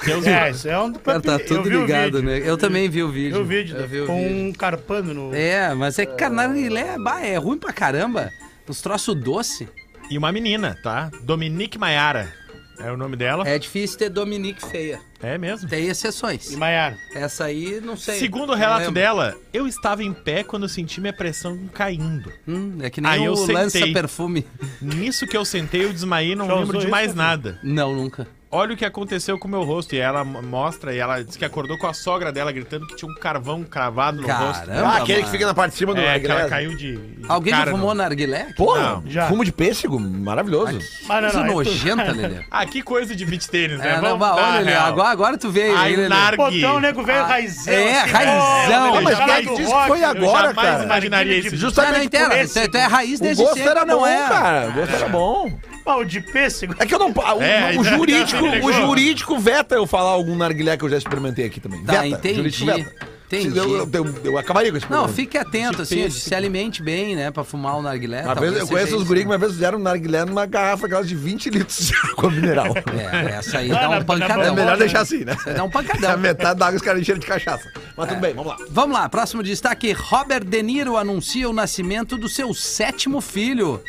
Speaker 6: Deus
Speaker 5: É, isso é um.
Speaker 3: Cara, tá
Speaker 5: eu
Speaker 3: tudo
Speaker 5: vi o
Speaker 3: ligado,
Speaker 5: vídeo.
Speaker 3: né? Eu também vi o vídeo.
Speaker 5: Eu vi o vídeo,
Speaker 3: Eu vi o
Speaker 5: com
Speaker 3: vídeo.
Speaker 5: um carpano no.
Speaker 3: É, mas é que, cara, narguilé bah, é ruim pra caramba. Uns troços doce.
Speaker 6: E uma menina, tá? Dominique Maiara. É o nome dela.
Speaker 3: É difícil ter Dominique feia.
Speaker 6: É, mesmo.
Speaker 3: Tem exceções.
Speaker 5: E Maiara.
Speaker 3: Essa aí, não sei.
Speaker 6: Segundo o
Speaker 3: Não
Speaker 6: relato
Speaker 3: lembro.
Speaker 6: dela, eu estava em pé quando eu senti minha pressão caindo.
Speaker 3: Hum, é que nem
Speaker 6: Aí eu
Speaker 3: o lança
Speaker 6: sentei.
Speaker 3: perfume.
Speaker 6: Nisso que eu sentei, eu desmaiei e não
Speaker 5: Já
Speaker 6: lembro
Speaker 5: usou
Speaker 6: de
Speaker 5: isso,
Speaker 6: mais
Speaker 5: Fafo?
Speaker 6: nada.
Speaker 3: Não, nunca.
Speaker 6: Olha o que aconteceu com o meu rosto. E ela m- mostra, e ela disse que acordou com a sogra dela gritando que tinha um carvão cravado no rosto.
Speaker 3: Caramba.
Speaker 1: Ah, aquele que
Speaker 3: mano.
Speaker 1: fica na parte de cima do
Speaker 6: É, que ela
Speaker 1: igreja.
Speaker 6: caiu de. de
Speaker 3: né? Alguém
Speaker 6: cara
Speaker 3: já fumou
Speaker 6: no-
Speaker 3: narguilé?
Speaker 1: Porra,
Speaker 6: Não,
Speaker 5: já.
Speaker 1: fumo de pêssego, maravilhoso.
Speaker 5: Mas não,
Speaker 3: Coisa
Speaker 5: não, é tudo-
Speaker 3: nojenta, Lelê.
Speaker 6: Ah, que coisa de beat tênis, né?
Speaker 3: É, não,
Speaker 6: Vamos
Speaker 3: bah,
Speaker 6: dar
Speaker 3: olha,
Speaker 6: a
Speaker 3: Lelê,
Speaker 6: real.
Speaker 3: agora, é né? agora tu veio
Speaker 6: Ai,
Speaker 3: aí, Lelê.
Speaker 6: narguilé.
Speaker 1: então,
Speaker 5: Botão,
Speaker 1: né,
Speaker 5: nego velho,
Speaker 3: Ah,
Speaker 5: raizão.
Speaker 3: é,
Speaker 5: assim,
Speaker 3: raizão.
Speaker 5: pô,
Speaker 3: Não, mas
Speaker 5: já
Speaker 1: quem
Speaker 5: do
Speaker 1: disse que
Speaker 5: rock,
Speaker 1: foi
Speaker 5: eu já
Speaker 1: agora,
Speaker 5: mais
Speaker 1: cara?
Speaker 5: imaginaria
Speaker 6: Tipo,
Speaker 5: isso.
Speaker 3: Não, não
Speaker 1: Justamente por
Speaker 3: entera.
Speaker 1: esse.
Speaker 3: Tu tu é raiz
Speaker 1: O
Speaker 3: desde
Speaker 1: gosto
Speaker 3: sempre,
Speaker 1: era
Speaker 3: não
Speaker 1: bom,
Speaker 3: é?
Speaker 1: cara. O gosto era bom.
Speaker 5: Pau de pêssego.
Speaker 1: É que eu não. pa- O,
Speaker 6: É,
Speaker 1: o
Speaker 6: já-
Speaker 1: jurídico,
Speaker 6: já me ligou.
Speaker 1: o jurídico veta eu falar algum narguilé que eu já experimentei aqui também.
Speaker 3: Tá,
Speaker 1: veta,
Speaker 3: entendi.
Speaker 1: jurídico veta.
Speaker 3: Entendi.
Speaker 1: Se Eu, eu, eu- eu acabaria com esse
Speaker 3: Não,
Speaker 1: programa.
Speaker 3: fique atento, assim,
Speaker 6: pêssego.
Speaker 3: se alimente bem, né, pra fumar o narguilé.
Speaker 1: Uma
Speaker 3: talvez
Speaker 1: vez, eu
Speaker 3: seja
Speaker 1: conheço os
Speaker 3: isso,
Speaker 1: guris que
Speaker 3: né?
Speaker 1: uma vez fizeram um narguilé numa garrafa aquelas de 20 litros de água mineral.
Speaker 3: É, essa aí
Speaker 5: Ah,
Speaker 3: dá
Speaker 5: na-
Speaker 3: um
Speaker 5: na
Speaker 1: É
Speaker 3: pancadão.
Speaker 5: boa,
Speaker 1: melhor
Speaker 5: né?
Speaker 1: deixar assim, né?
Speaker 3: Dá um É. pancadão.
Speaker 1: A metade da água os caras encheram de cachaça. Mas tudo bem, vamos lá.
Speaker 3: Vamos lá, próximo destaque. Robert De Niro anuncia o nascimento do seu sétimo filho.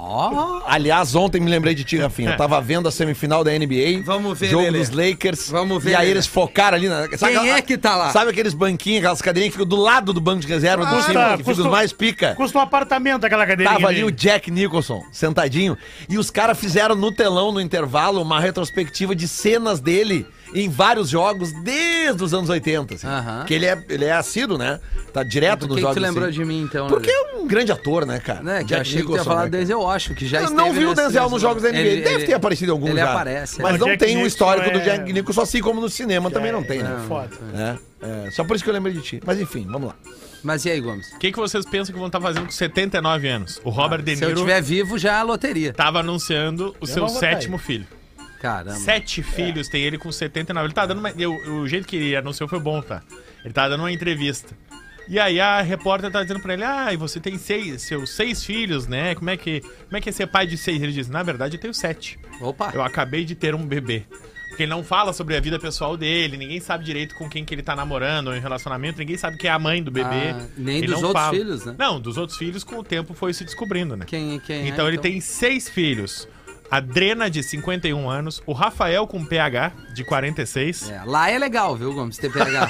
Speaker 3: Bom.
Speaker 1: Aliás, ontem me lembrei de ti, Rafinha. Eu tava vendo a semifinal da NBA.
Speaker 3: Vamos ver,
Speaker 1: Jogo
Speaker 3: Lelê.
Speaker 1: dos Lakers.
Speaker 3: Vamos ver,
Speaker 1: E aí
Speaker 3: Lelê.
Speaker 1: eles focaram ali na.
Speaker 3: Quem é que tá lá?
Speaker 1: Sabe aqueles banquinhos, aquelas cadeirinhas que ficam do lado do banco de reserva, do
Speaker 5: Custa-
Speaker 1: cima, que ficam
Speaker 5: custa-
Speaker 1: os mais pica?
Speaker 5: Custa um apartamento aquela cadeirinha. né?
Speaker 1: Tava ali o
Speaker 5: dele.
Speaker 1: Jack Nicholson, sentadinho, e os caras fizeram no telão, no intervalo, uma retrospectiva de cenas dele em vários jogos desde os anos 80. Assim.
Speaker 3: Aham.
Speaker 1: Que ele é, ele é assíduo, né? Tá direto
Speaker 3: Por
Speaker 1: nos
Speaker 3: que, que
Speaker 1: jogos.
Speaker 3: tu lembrou
Speaker 1: assim.
Speaker 3: de mim, então? Lelê?
Speaker 1: Porque é um grande ator, né, cara?
Speaker 3: Né, que eu achei que tu ia
Speaker 1: Nicholson,
Speaker 3: falar
Speaker 1: né,
Speaker 3: do Denzel Washington, que já
Speaker 1: cara? Eu
Speaker 3: esteve
Speaker 1: não vi o
Speaker 3: nesses
Speaker 1: Denzel nos jogos da NBA.
Speaker 3: Ele-
Speaker 1: Deve
Speaker 3: ele-
Speaker 1: ter aparecido em algum
Speaker 3: Ele
Speaker 1: já.
Speaker 3: aparece.
Speaker 1: Mas
Speaker 5: O
Speaker 3: é.
Speaker 1: não
Speaker 5: Jack
Speaker 1: tem um
Speaker 5: Nicholson
Speaker 1: histórico do
Speaker 5: é-
Speaker 1: Jack Nicholson, assim como no cinema também não tem,
Speaker 5: É,
Speaker 1: né?
Speaker 5: foda.
Speaker 1: É, é, só por isso que eu lembrei de ti. Mas enfim, vamos lá.
Speaker 3: né? Mas e aí, Gomes?
Speaker 6: O que, que vocês pensam que vão estar fazendo com 79 anos? O Robert De
Speaker 3: Ah, Se eu
Speaker 6: Niro
Speaker 3: tiver vivo, já é a loteria.
Speaker 6: tava anunciando o seu
Speaker 5: não vou
Speaker 6: sétimo filho.
Speaker 3: Caramba.
Speaker 6: Sete filhos tem ele com 79. Ele tá dando uma. eu- o jeito que ele anunciou foi bom, tá? Ele tá dando uma entrevista. E aí a repórter tá dizendo pra ele: Ah, e você tem seis, seus seis filhos, né? Como é, que, como é que é ser pai de seis? Ele diz: Na verdade, eu tenho sete.
Speaker 3: Opa.
Speaker 6: Eu acabei de ter um bebê. Porque ele não fala sobre a vida pessoal dele, ninguém sabe direito com quem que ele tá namorando ou em relacionamento, ninguém sabe quem é a mãe do bebê.
Speaker 3: Ah, nem
Speaker 6: Ele
Speaker 3: dos
Speaker 6: não
Speaker 3: outros filhos, né?
Speaker 6: Não, dos outros filhos com o tempo foi se descobrindo, né?
Speaker 3: Quem, quem é,
Speaker 6: Então ele tem seis filhos. A Drena, de 51 anos. O Rafael, com PH, de 46.
Speaker 3: É, lá é legal, viu, Gomes? TPH.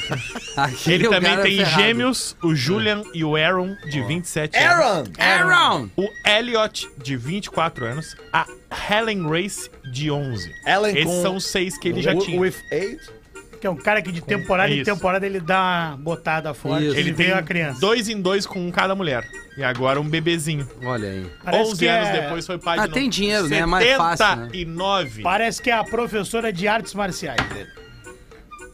Speaker 3: Aqui
Speaker 6: Ele
Speaker 3: o
Speaker 6: também
Speaker 3: cara é
Speaker 6: tem
Speaker 3: ferrado. É.
Speaker 6: gêmeos, o Julian e o Aaron, de 27 anos.
Speaker 3: Aaron!
Speaker 6: O Elliot, de 24 anos. A Helen Race, de 11.
Speaker 4: Ellen
Speaker 6: Esses
Speaker 4: com-
Speaker 6: são os seis que ele já
Speaker 4: Wi-
Speaker 6: tinha.
Speaker 4: With AIDS?
Speaker 5: Que é um cara que de temporada em
Speaker 6: Isso.
Speaker 5: temporada ele dá uma botada forte.
Speaker 3: Isso.
Speaker 5: Ele tem uma criança.
Speaker 6: dois em dois com um cada mulher. E agora um bebezinho.
Speaker 3: Olha aí.
Speaker 5: Parece
Speaker 6: 11
Speaker 5: que
Speaker 6: anos
Speaker 5: é-
Speaker 6: depois foi pai
Speaker 3: Ah,
Speaker 6: de
Speaker 3: tem dinheiro, né? É mais fácil, né?
Speaker 6: 79.
Speaker 5: Parece que é a professora de artes marciais dele.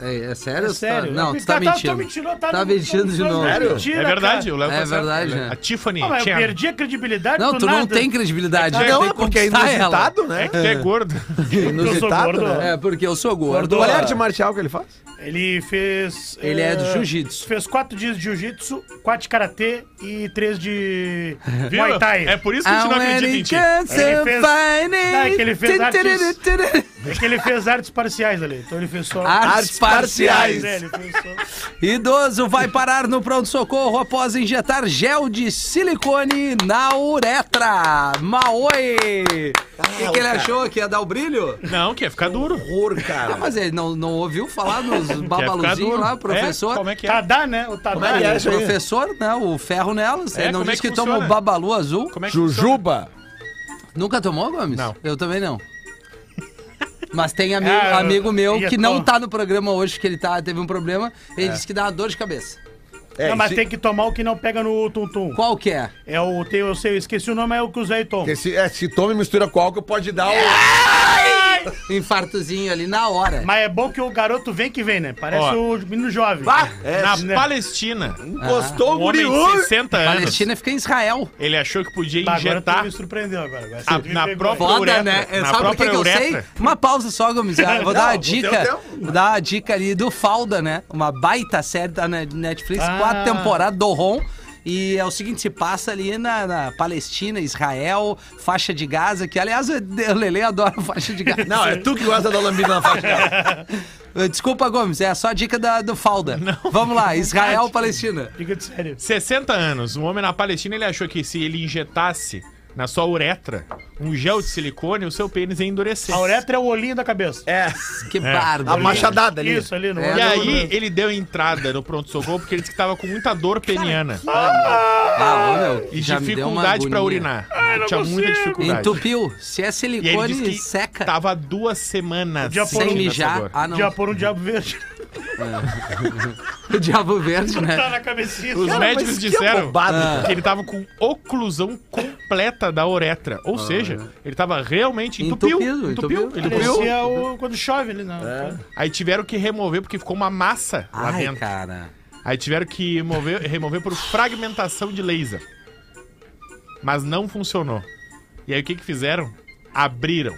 Speaker 3: É, é sério?
Speaker 5: É
Speaker 3: ou tu tá-
Speaker 5: sério.
Speaker 3: Não, tu tá mentindo.
Speaker 5: Tá mentindo, tá
Speaker 3: Tá
Speaker 5: no-
Speaker 3: mentindo de
Speaker 5: tá
Speaker 3: novo.
Speaker 5: mentira,
Speaker 6: É verdade,
Speaker 5: cara.
Speaker 6: o Léo
Speaker 3: É
Speaker 6: tá certo.
Speaker 3: verdade, né?
Speaker 6: A Tiffany
Speaker 5: Ah, mas eu
Speaker 6: Chan.
Speaker 5: perdi a credibilidade
Speaker 3: Não,
Speaker 5: é do
Speaker 3: tu não
Speaker 5: nada.
Speaker 3: tem credibilidade.
Speaker 6: É,
Speaker 3: tu tem
Speaker 4: Não,
Speaker 3: que
Speaker 4: porque é
Speaker 3: conquistar ela.
Speaker 4: inusitado, né?
Speaker 6: É que tu é gordo.
Speaker 4: Inusitado,
Speaker 5: gordo,
Speaker 4: né?
Speaker 3: É, porque eu sou gordo.
Speaker 5: Gordo.
Speaker 4: Qual é a arte marcial que ele faz?
Speaker 5: Ele fez.
Speaker 3: Ele é do
Speaker 5: eh,
Speaker 3: jiu-jitsu.
Speaker 5: Fez quatro dias de jiu-jitsu, quatro de karatê e três de
Speaker 6: Viu?
Speaker 5: Muay Thai.
Speaker 6: É por isso que a gente não
Speaker 3: um
Speaker 6: acredita em ti.
Speaker 3: É,
Speaker 5: Ele fez- Ah, é que ele fez artes- É que ele fez artes parciais ali. Então ele fez só.
Speaker 3: Artes parciais.
Speaker 5: É, ele fez só.
Speaker 3: Idoso vai parar no pronto-socorro após injetar gel de silicone na uretra. Maoi! O que, que ele achou que ia dar o brilho?
Speaker 6: Não, que ia ficar duro.
Speaker 1: Horror, cara.
Speaker 3: Ah, mas ele não, não ouviu falar nos babaluzinhos
Speaker 6: duro.
Speaker 3: lá,
Speaker 6: É,
Speaker 3: professor?
Speaker 6: como é que é?
Speaker 5: Tadá, né? O Tadá.
Speaker 1: é que é
Speaker 5: né?
Speaker 1: isso aí?
Speaker 3: Professor, né? O ferro nelas.
Speaker 6: É,
Speaker 3: ele não
Speaker 6: como é
Speaker 3: disse que,
Speaker 6: que
Speaker 3: toma o
Speaker 6: funciona?
Speaker 3: babalu azul.
Speaker 6: Como é que funciona?
Speaker 4: Jujuba.
Speaker 3: Nunca tomou, Gomes?
Speaker 6: Não.
Speaker 3: Eu também não. Mas tem ami-
Speaker 5: Ah, eu-
Speaker 3: amigo meu
Speaker 5: ia
Speaker 3: que não
Speaker 5: tomar.
Speaker 3: tá no programa hoje, que ele tá, teve um problema. Ele disse que dá uma dor de cabeça.
Speaker 4: É,
Speaker 5: não, mas
Speaker 4: esse-
Speaker 5: tem que tomar o que não pega no tum-tum.
Speaker 3: Qual que é?
Speaker 5: É o. Tem, eu sei, eu esqueci o nome, é o que o Zé toma.
Speaker 4: que se, é, se toma e mistura com álcool, pode dar o...
Speaker 3: Um Infartozinho ali na hora.
Speaker 5: Mas é bom que o garoto vem que vem, né? Parece
Speaker 6: Ó.
Speaker 5: o menino jovem.
Speaker 1: Ah,
Speaker 4: É,
Speaker 6: Na
Speaker 5: né?
Speaker 6: Palestina,
Speaker 3: Ah.
Speaker 4: encostou
Speaker 6: um homem de 60 anos,
Speaker 3: Palestina fica em Israel.
Speaker 6: ele achou que podia
Speaker 5: Tá, agora tu
Speaker 6: injetar
Speaker 5: me surpreendeu agora. agora
Speaker 6: Ah,
Speaker 5: você me
Speaker 6: na
Speaker 5: pegou.
Speaker 6: prova-
Speaker 3: Foda,
Speaker 6: Uretra.
Speaker 3: né? Sabe o
Speaker 6: Na
Speaker 3: que,
Speaker 6: própria
Speaker 3: que eu
Speaker 6: uretra.
Speaker 3: sei? Uma pausa só, Gomes. Eu Vou dar uma dica. Vou dar uma dica ali do Falda, né? Uma baita série da Net- Netflix,
Speaker 5: Ah.
Speaker 3: quatro temporadas do Ron. E é o seguinte, se passa ali na, na Palestina, Israel, faixa de Gaza, que aliás o Lele adora faixa de Gaza.
Speaker 1: Não, é tu que gosta da lambida na faixa dela.
Speaker 3: Desculpa, Gomes, é só a dica da, do Falda. Vamos lá, Israel, Palestina.
Speaker 5: Diga de sério.
Speaker 6: 60 anos. Um homem na Palestina, ele achou que se ele injetasse na sua uretra um gel de silicone, o seu pênis ia endurecer.
Speaker 5: A uretra é o olhinho da cabeça.
Speaker 1: É,
Speaker 3: Que barba. né?
Speaker 1: a machadada ali.
Speaker 5: Isso, ali no
Speaker 3: É,
Speaker 6: E
Speaker 5: olho.
Speaker 6: aí, ele deu entrada no pronto-socorro porque ele disse que tava com muita dor peniana
Speaker 3: Ah, ô, meu,
Speaker 6: e
Speaker 3: já me deu uma
Speaker 6: dificuldade pra
Speaker 3: agonia.
Speaker 6: urinar. Tinha muita dificuldade.
Speaker 3: Entupiu. Se é
Speaker 6: E ele
Speaker 3: silicone,
Speaker 6: disse que tá
Speaker 3: seca.
Speaker 6: tava há duas semanas
Speaker 5: Podia pôr um-
Speaker 3: sem
Speaker 6: sentindo essa
Speaker 3: mijar.
Speaker 6: dor.
Speaker 3: Ah, não.
Speaker 5: Já por um diabo verde.
Speaker 3: O diabo verde,
Speaker 5: tá
Speaker 3: né?
Speaker 5: na cabecinha.
Speaker 6: Os
Speaker 5: Cara,
Speaker 6: médicos
Speaker 1: mas que
Speaker 6: disseram
Speaker 1: abobado,
Speaker 6: que ele tava com oclusão completa da uretra. Ou seja, ele tava realmente entupiu.
Speaker 3: Entupido,
Speaker 6: Entupiu,
Speaker 3: entupiu.
Speaker 6: Ele entupiu.
Speaker 5: Parecia o, quando chove ali, né?
Speaker 3: É.
Speaker 6: Aí tiveram que remover porque ficou uma massa lá
Speaker 3: Ai,
Speaker 6: dentro.
Speaker 3: cara.
Speaker 6: Aí tiveram que mover- remover por fragmentação de laser. Mas não funcionou. E aí o que que fizeram? Abriram.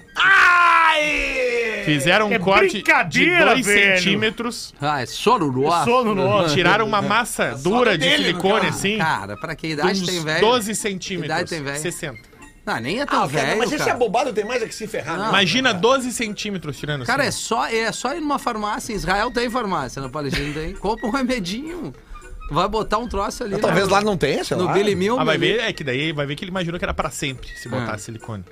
Speaker 6: Fizeram um
Speaker 5: É
Speaker 6: corte de
Speaker 5: brincadeira,
Speaker 6: 2
Speaker 5: velho.
Speaker 6: centímetros.
Speaker 3: Ai, soruró.
Speaker 5: Sono no osso.
Speaker 6: Tiraram uma massa dura de silicone, assim,
Speaker 3: Ah, Cara, pra que idade tem,
Speaker 6: uns
Speaker 3: velho?
Speaker 6: 12
Speaker 3: Idade
Speaker 6: centímetros.
Speaker 3: tem velho?
Speaker 6: 60.
Speaker 3: Não, nem é tão velho,
Speaker 1: Ah, mas esse
Speaker 3: cara.
Speaker 1: abobado tem mais é que se ferrar.
Speaker 3: Não.
Speaker 1: né?
Speaker 6: Imagina 12 centímetros tirando
Speaker 3: Cara, é
Speaker 6: assim.
Speaker 3: só, é só ir numa farmácia. Em Israel tem farmácia, na Palestina não tem. Compra um remedinho. Vai botar um troço ali.
Speaker 4: Talvez
Speaker 3: né?
Speaker 4: lá não tenha, sei
Speaker 3: No
Speaker 4: lá.
Speaker 3: Billy Milner.
Speaker 6: Ah, vai
Speaker 3: ali.
Speaker 6: ver, é que daí vai ver que ele imaginou que era pra sempre se botar silicone.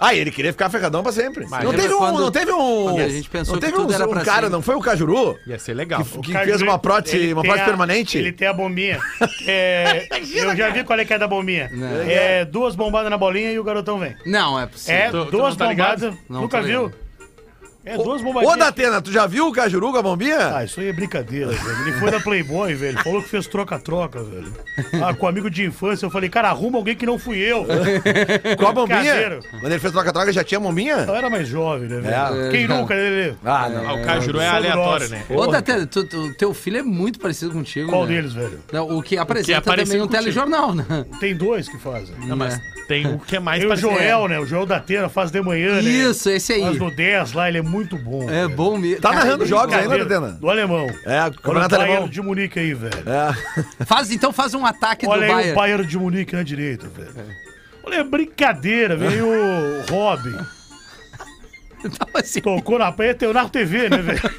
Speaker 4: Ah, ele queria ficar ferradão pra sempre.
Speaker 6: Mas
Speaker 4: não,
Speaker 6: lembra
Speaker 4: teve um,
Speaker 3: quando-
Speaker 4: não teve um.
Speaker 3: quando a gente pensou
Speaker 4: não
Speaker 3: que
Speaker 4: teve
Speaker 3: tudo
Speaker 4: um,
Speaker 3: era
Speaker 4: um
Speaker 3: pra
Speaker 4: cara,
Speaker 3: sempre.
Speaker 4: não foi o Cajuru?
Speaker 6: Ia ser legal.
Speaker 4: Que-
Speaker 6: O
Speaker 4: que
Speaker 5: Cara,
Speaker 4: fez
Speaker 5: ele-
Speaker 4: uma prótese,
Speaker 5: ele
Speaker 4: uma
Speaker 5: tem
Speaker 4: prótese
Speaker 5: a-
Speaker 4: permanente?
Speaker 5: Ele tem a bombinha. É, eu já vi qual é que é da bombinha.
Speaker 3: Né?
Speaker 5: É, duas bombadas na bolinha e o garotão vem.
Speaker 3: Não, é possível.
Speaker 5: É,
Speaker 6: tu- tu
Speaker 5: duas
Speaker 6: não tá ligado?
Speaker 5: bombadas.
Speaker 3: Não,
Speaker 5: Nunca
Speaker 3: tô
Speaker 5: viu?
Speaker 3: ligado.
Speaker 5: É, duas
Speaker 4: Ô,
Speaker 5: bombadinhas.
Speaker 4: Datena, tu já viu o Cajuru com a bombinha?
Speaker 5: Ah, isso aí é brincadeira, velho. Ele foi da Playboy, velho. Falou que fez troca-troca, velho. Ah, com amigo de infância, eu falei, cara, arruma alguém que não fui eu.
Speaker 4: com a bombinha?
Speaker 5: Caseiro.
Speaker 4: Quando ele fez troca-troca, já tinha bombinha?
Speaker 5: Eu era mais jovem, né, velho?
Speaker 4: É.
Speaker 5: Quem nunca, né, Lelê?
Speaker 4: Ah, não.
Speaker 6: Ah, o Cajuru é aleatório, né?
Speaker 3: Ô, Datena, tu- tu- teu filho é muito parecido contigo.
Speaker 5: Qual
Speaker 3: né?
Speaker 5: deles, velho?
Speaker 3: Não, o que apresenta
Speaker 6: parecido
Speaker 3: também um
Speaker 6: contigo.
Speaker 3: telejornal, né?
Speaker 5: Tem dois que fazem.
Speaker 6: Não, mas tem o que é mais
Speaker 5: Tem o
Speaker 6: parecido.
Speaker 5: Joel, né? O Joel da Tena faz de manhã, né?
Speaker 3: É. Isso, esse aí.
Speaker 5: Faz no 10 lá, ele é muito bom.
Speaker 3: É
Speaker 5: velho.
Speaker 3: bom mesmo.
Speaker 4: Tá
Speaker 3: Cara,
Speaker 4: narrando
Speaker 3: ele-
Speaker 4: jogos ainda,
Speaker 5: Cadeira
Speaker 4: Datena?
Speaker 5: Do alemão.
Speaker 4: É,
Speaker 5: Olha o
Speaker 4: campeonato
Speaker 5: Bayern
Speaker 4: alemão.
Speaker 5: de Munique aí, velho.
Speaker 4: É.
Speaker 3: Faz, então faz um ataque do
Speaker 5: Olha aí
Speaker 3: Bayern.
Speaker 5: o Bayern de Munique na direita, velho. Olha, é brincadeira, veio o Robin.
Speaker 3: Tá assim.
Speaker 5: Tocou na praia, tem o Narco TV, né, velho?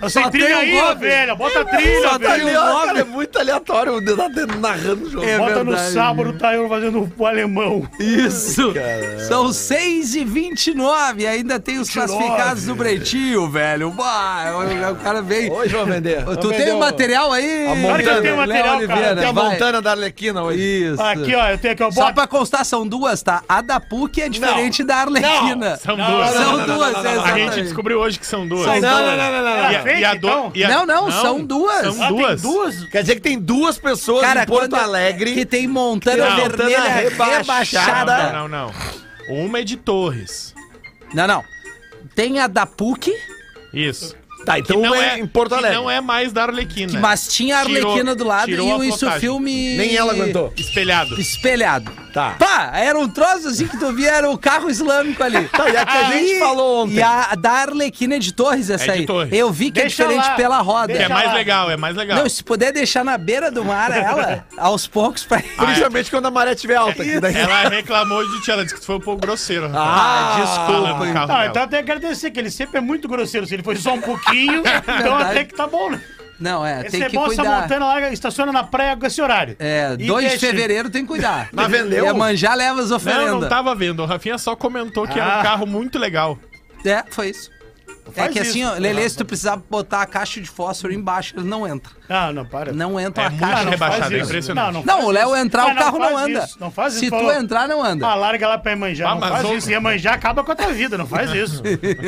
Speaker 5: Nossa,
Speaker 3: Só
Speaker 5: tem trilha
Speaker 3: tem o
Speaker 5: aí, ó,
Speaker 3: Robin.
Speaker 5: velho. Bota a trilha,
Speaker 3: Só tem
Speaker 5: velho.
Speaker 3: o-
Speaker 4: Aliás, cara, é muito aleatório o Datena narrando o jogo.
Speaker 3: É
Speaker 5: Bota no
Speaker 3: verdade,
Speaker 5: sábado, tá eu fazendo o alemão.
Speaker 3: Isso! São 6 e 29 ainda tem os
Speaker 5: 29.
Speaker 3: classificados do Bretinho, velho. Bah, é o, o cara veio.
Speaker 4: Hoje vou vender.
Speaker 3: Tu tem né? o material aí?
Speaker 4: Claro que eu tenho
Speaker 3: Léo
Speaker 5: material, cara.
Speaker 3: Oliveira,
Speaker 4: Tem a
Speaker 3: vai.
Speaker 4: Montana da Arlequina hoje.
Speaker 3: Isso.
Speaker 5: Aqui, ó, eu tenho aqui, ó.
Speaker 3: Só
Speaker 5: Bota
Speaker 3: pra constar, são duas, tá? A da PUC é diferente da Arlequina.
Speaker 6: São duas.
Speaker 3: São duas,
Speaker 6: A
Speaker 3: exatamente.
Speaker 6: gente descobriu hoje que são duas.
Speaker 5: São
Speaker 6: E a-
Speaker 5: duas.
Speaker 3: Então,
Speaker 5: Era
Speaker 6: e a
Speaker 5: fake,
Speaker 6: do-
Speaker 5: então?
Speaker 6: e a-
Speaker 3: Não, não, são duas.
Speaker 6: São
Speaker 5: Ah, tem
Speaker 6: duas.
Speaker 5: duas?
Speaker 1: Quer dizer que tem duas pessoas em Porto
Speaker 3: quando- é
Speaker 1: Alegre.
Speaker 3: Que tem Montana
Speaker 6: Não,
Speaker 1: Montana é
Speaker 3: Vermelha
Speaker 1: rebaixada.
Speaker 3: rebaixada.
Speaker 6: Não, não, não. Uma é de Torres.
Speaker 3: Não, não. Tem a da PUC,
Speaker 6: Isso.
Speaker 1: Tá,
Speaker 6: Que
Speaker 1: então uma é, em Porto
Speaker 6: que
Speaker 1: Alegre.
Speaker 6: não é mais da Arlequina.
Speaker 3: mas tinha a
Speaker 6: Tirou-
Speaker 3: Arlequina do lado
Speaker 6: tirou
Speaker 3: e
Speaker 6: a
Speaker 3: o Isso
Speaker 6: contagem.
Speaker 3: Filme.
Speaker 1: Nem ela aguentou.
Speaker 6: Espelhado.
Speaker 3: Espelhado.
Speaker 1: Tá.
Speaker 3: Pá, era um troço assim que tu via, era o carro islâmico ali.
Speaker 1: Tá, e a que a gente falou ontem?
Speaker 3: E a da Arlequina é de Torres, essa
Speaker 6: É de
Speaker 3: aí.
Speaker 6: Torres.
Speaker 3: Eu vi que
Speaker 5: Deixa
Speaker 3: é diferente
Speaker 5: lá.
Speaker 3: pela roda.
Speaker 6: Que é
Speaker 5: Deixa
Speaker 6: mais
Speaker 5: lá.
Speaker 6: legal, é mais legal.
Speaker 3: Não, se puder deixar na beira do mar ela, aos poucos, pra.
Speaker 1: Principalmente quando a maré estiver alta. que daí-
Speaker 6: Ela reclamou de ti, ela disse que tu foi um pouco grosseiro.
Speaker 3: Ah,
Speaker 6: Falando
Speaker 3: desculpa.
Speaker 6: do carro
Speaker 5: Ah,
Speaker 6: dela.
Speaker 5: então até agradecer, que ele sempre é muito grosseiro. Se ele foi só um pouquinho, então
Speaker 3: É Verdade.
Speaker 5: até que tá bom, né?
Speaker 3: Não, é,
Speaker 5: Esse
Speaker 3: tem
Speaker 5: é
Speaker 3: que
Speaker 5: bom, essa
Speaker 3: cuidar.
Speaker 5: montanha lá, estaciona na praia com esse horário.
Speaker 3: É,
Speaker 5: E
Speaker 3: 2 de
Speaker 5: deixa-
Speaker 3: fevereiro tem que cuidar.
Speaker 1: Mas vendeu?
Speaker 3: E a manjar leva as oferendas.
Speaker 6: Não, não tava vendo. O Rafinha só comentou que era um
Speaker 5: Ah.
Speaker 6: carro muito legal.
Speaker 3: É, foi isso. é
Speaker 5: Faz
Speaker 3: que
Speaker 5: isso.
Speaker 3: assim, ó, Lelê, se tu precisar botar a caixa de fósforo embaixo, ele não entra.
Speaker 5: Ah, não, para. Ah,
Speaker 3: Não entra
Speaker 6: É
Speaker 3: a
Speaker 6: muito
Speaker 3: caixa.
Speaker 5: não
Speaker 3: de
Speaker 5: faz
Speaker 6: rebaixado, é
Speaker 5: isso.
Speaker 6: impressionante.
Speaker 5: Não, não
Speaker 3: Não,
Speaker 5: faz
Speaker 3: o Léo
Speaker 5: isso.
Speaker 3: entrar,
Speaker 5: Mas
Speaker 3: o carro não,
Speaker 5: faz
Speaker 3: anda.
Speaker 5: isso, Não faz isso.
Speaker 3: Se tu
Speaker 5: falou.
Speaker 3: entrar, não anda.
Speaker 5: Ah, larga lá pra manjar.
Speaker 6: Ah,
Speaker 5: não
Speaker 6: mas
Speaker 5: faz
Speaker 6: o-
Speaker 5: isso. E manjar acaba com a tua vida. Não faz isso.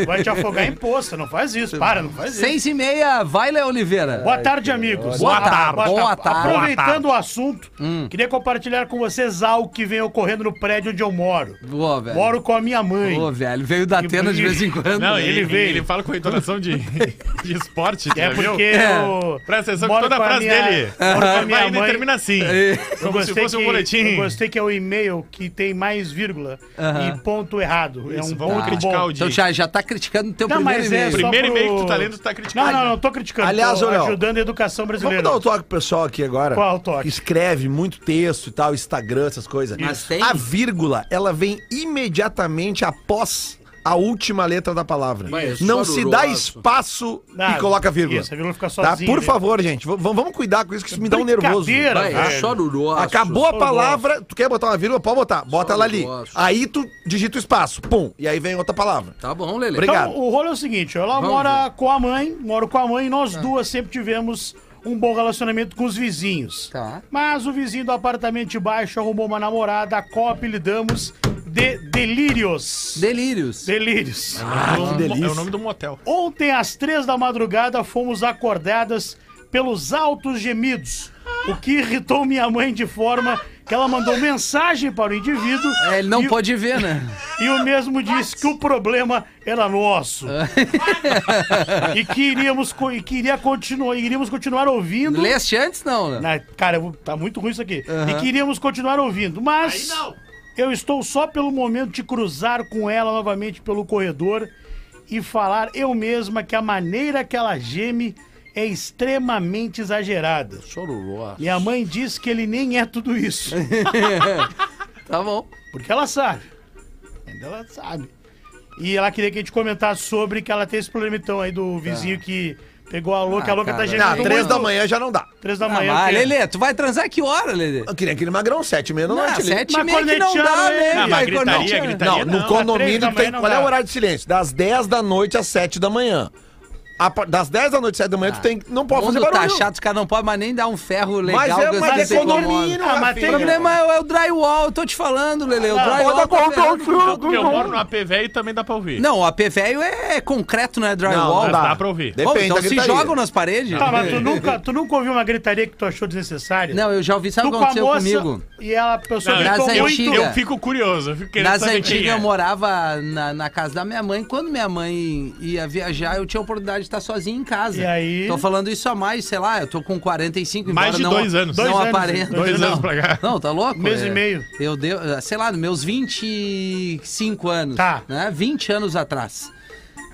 Speaker 5: Vai te afogar em poça. Não faz isso. Para, não faz isso.
Speaker 3: Seis e meia, vai, Léo Oliveira.
Speaker 5: Boa tarde, amigos.
Speaker 3: Boa tarde. Boa Hum. tarde.
Speaker 5: Aproveitando o assunto, queria compartilhar com vocês algo que vem ocorrendo no prédio onde eu moro.
Speaker 3: Boa, velho.
Speaker 5: Moro com a minha mãe.
Speaker 3: Boa, velho. Veio da
Speaker 5: Que
Speaker 3: Atena de
Speaker 5: bonito.
Speaker 3: vez em quando.
Speaker 6: Não,
Speaker 3: né?
Speaker 6: ele,
Speaker 5: ele
Speaker 6: vem.
Speaker 5: veio.
Speaker 6: Ele fala com entonação de, de esporte. tu
Speaker 5: É
Speaker 6: já viu?
Speaker 5: porque
Speaker 3: É.
Speaker 5: eu.
Speaker 6: Presta atenção que
Speaker 5: moro
Speaker 6: toda a
Speaker 5: com
Speaker 6: frase
Speaker 5: minha-
Speaker 6: dele.
Speaker 5: Moro com a
Speaker 6: Vai
Speaker 5: minha
Speaker 6: indo e
Speaker 5: mãe.
Speaker 6: termina assim.
Speaker 5: Eu
Speaker 6: Como se
Speaker 5: gostei
Speaker 6: fosse
Speaker 5: que-
Speaker 6: um boletim.
Speaker 5: Eu gostei que é o e-mail que tem mais vírgula
Speaker 3: Aham.
Speaker 5: e ponto errado.
Speaker 6: Isso,
Speaker 5: é um
Speaker 6: vamos
Speaker 5: ponto
Speaker 6: criticar
Speaker 5: bom.
Speaker 6: o
Speaker 3: Então já, já tá criticando o teu
Speaker 5: Não,
Speaker 3: primeiro
Speaker 5: mas é
Speaker 3: e-mail.
Speaker 5: só
Speaker 6: Primeiro
Speaker 5: pro-
Speaker 6: e-mail que tu tá lendo, tu tá criticando.
Speaker 5: Não, não, não tô criticando.
Speaker 4: Aliás,
Speaker 5: tô
Speaker 4: ô, Léo,
Speaker 5: ajudando a educação brasileira.
Speaker 4: Vamos dar o toque pro pessoal aqui agora.
Speaker 5: Qual o toque?
Speaker 4: Que escreve muito texto e tal, Instagram, essas coisas.
Speaker 3: Mas
Speaker 4: Isso.
Speaker 3: tem?
Speaker 4: A vírgula, ela vem imediatamente após a última letra da palavra.
Speaker 3: Mas
Speaker 4: Não se dá
Speaker 3: horroroso.
Speaker 4: espaço
Speaker 5: Nada.
Speaker 4: e coloca vírgula.
Speaker 5: Isso, a vírgula fica
Speaker 4: Tá?
Speaker 5: sozinha.
Speaker 4: Por favor, gente, v- vamos cuidar com isso que isso me dá um nervoso.
Speaker 5: Brincadeira,
Speaker 3: Vai,
Speaker 5: velho.
Speaker 3: chororoço.
Speaker 4: Acabou a
Speaker 5: Só
Speaker 4: palavra, tu quer botar uma vírgula, pode botar, bota
Speaker 3: Só
Speaker 4: ela ali.
Speaker 3: gosto.
Speaker 4: Aí tu digita o espaço, pum, e aí vem outra palavra.
Speaker 3: Tá bom, Lelê.
Speaker 4: Obrigado.
Speaker 5: Então, o rolo é o seguinte, ela
Speaker 3: Vamos
Speaker 5: mora com a mãe, moro com a mãe, e nós
Speaker 3: Tá.
Speaker 5: duas sempre tivemos um bom relacionamento com os vizinhos.
Speaker 3: Tá.
Speaker 5: Mas o vizinho do apartamento de baixo arrumou uma namorada, a qual apelidamos de Delírios.
Speaker 3: Delírios.
Speaker 5: Delírios.
Speaker 6: É o-
Speaker 4: delícia.
Speaker 6: É o nome do motel.
Speaker 5: Ontem, às três da madrugada, fomos acordadas pelos altos gemidos, o que irritou minha mãe de forma que ela mandou mensagem para o indivíduo.
Speaker 3: É, ele não
Speaker 5: e,
Speaker 3: pode ver, né?
Speaker 5: E o mesmo disse que o problema era nosso. e que iríamos, co- e que iria continuar, iríamos continuar ouvindo.
Speaker 3: Leste antes, não, né?
Speaker 5: Na- cara, eu vou- tá muito ruim isso aqui. E queríamos continuar ouvindo, mas eu estou só pelo momento de cruzar com ela novamente pelo corredor e falar eu mesma que a maneira que ela geme é extremamente exagerada.
Speaker 3: Chororoço.
Speaker 5: Minha mãe diz que ele nem é tudo isso,
Speaker 3: Tá bom.
Speaker 5: porque ela sabe. Ainda ela sabe. E ela queria que a gente comentasse sobre que ela tem esse problemitão aí do vizinho que Pegou a louca,
Speaker 3: Tá. Ah,
Speaker 5: a louca
Speaker 3: cara.
Speaker 5: tá gente.
Speaker 4: Não, três da manhã já não dá.
Speaker 5: Três da
Speaker 3: Ah,
Speaker 5: manhã.
Speaker 3: mas,
Speaker 5: que-
Speaker 3: Lelê, tu vai transar que hora, Lelê?
Speaker 4: Eu queria aquele magrão, sete e meia da
Speaker 3: Não,
Speaker 4: noite. ali.
Speaker 3: sete e
Speaker 5: Mas
Speaker 3: meia que não dá,
Speaker 5: cornetearam ele.
Speaker 3: né?
Speaker 6: Não, mas
Speaker 3: vai,
Speaker 6: gritaria,
Speaker 3: cornetear.
Speaker 4: Não,
Speaker 6: gritaria. Não,
Speaker 4: no
Speaker 6: às
Speaker 5: três
Speaker 4: condomínio
Speaker 5: da
Speaker 4: que tem.
Speaker 5: manhã não
Speaker 4: Qual é
Speaker 5: dá.
Speaker 4: o horário de silêncio? Das 10 da noite às 7 da manhã. A par- das 10 da noite às 7 da manhã, tu tem que. Não
Speaker 3: O
Speaker 4: pode fazer
Speaker 3: mundo tá
Speaker 4: barulho.
Speaker 3: chato, os caras não podem mais nem dar um ferro legal.
Speaker 4: mas é
Speaker 3: que eu
Speaker 4: uma
Speaker 3: sei como moda.
Speaker 4: economia,
Speaker 5: Ah, mas
Speaker 4: mas
Speaker 5: tem-
Speaker 3: O problema é, é o drywall, eu tô te falando, Lelê. O drywall. tá
Speaker 4: um
Speaker 3: ferrando.
Speaker 6: Porque eu moro no AP velho e também dá pra ouvir.
Speaker 3: Não, o AP velho é concreto, não é drywall.
Speaker 6: mas
Speaker 4: dá.
Speaker 6: dá pra ouvir.
Speaker 3: Bom,
Speaker 4: Depende
Speaker 3: então
Speaker 4: da
Speaker 3: se
Speaker 4: gritaria.
Speaker 3: jogam nas paredes.
Speaker 5: Tá, mas tu nunca, tu nunca ouviu uma gritaria que tu achou desnecessária?
Speaker 3: Não, eu já ouvi, sabe o que aconteceu comigo?
Speaker 5: E ela, a pessoa
Speaker 6: Não,
Speaker 3: Nas
Speaker 5: gritou
Speaker 6: eu,
Speaker 5: muito.
Speaker 3: antigas.
Speaker 6: eu fico curioso. Eu fico querendo
Speaker 3: é Nas
Speaker 6: saber quem
Speaker 3: antigas
Speaker 6: é.
Speaker 3: eu morava na, na casa da minha mãe. Quando minha mãe ia viajar, eu tinha a oportunidade de estar sozinho em casa.
Speaker 5: E aí?
Speaker 3: Tô falando isso há mais, sei lá, eu tô com 45 embora
Speaker 6: Mais de
Speaker 3: não,
Speaker 6: dois anos.
Speaker 3: Não
Speaker 6: Dois
Speaker 5: anos,
Speaker 3: aparenta.
Speaker 6: dois
Speaker 3: não.
Speaker 6: anos pra cá.
Speaker 3: Não, tá louco?
Speaker 5: Mês e meio.
Speaker 3: Eu deu, sei lá, meus 25 anos.
Speaker 5: Tá.
Speaker 3: Né? 20 anos atrás.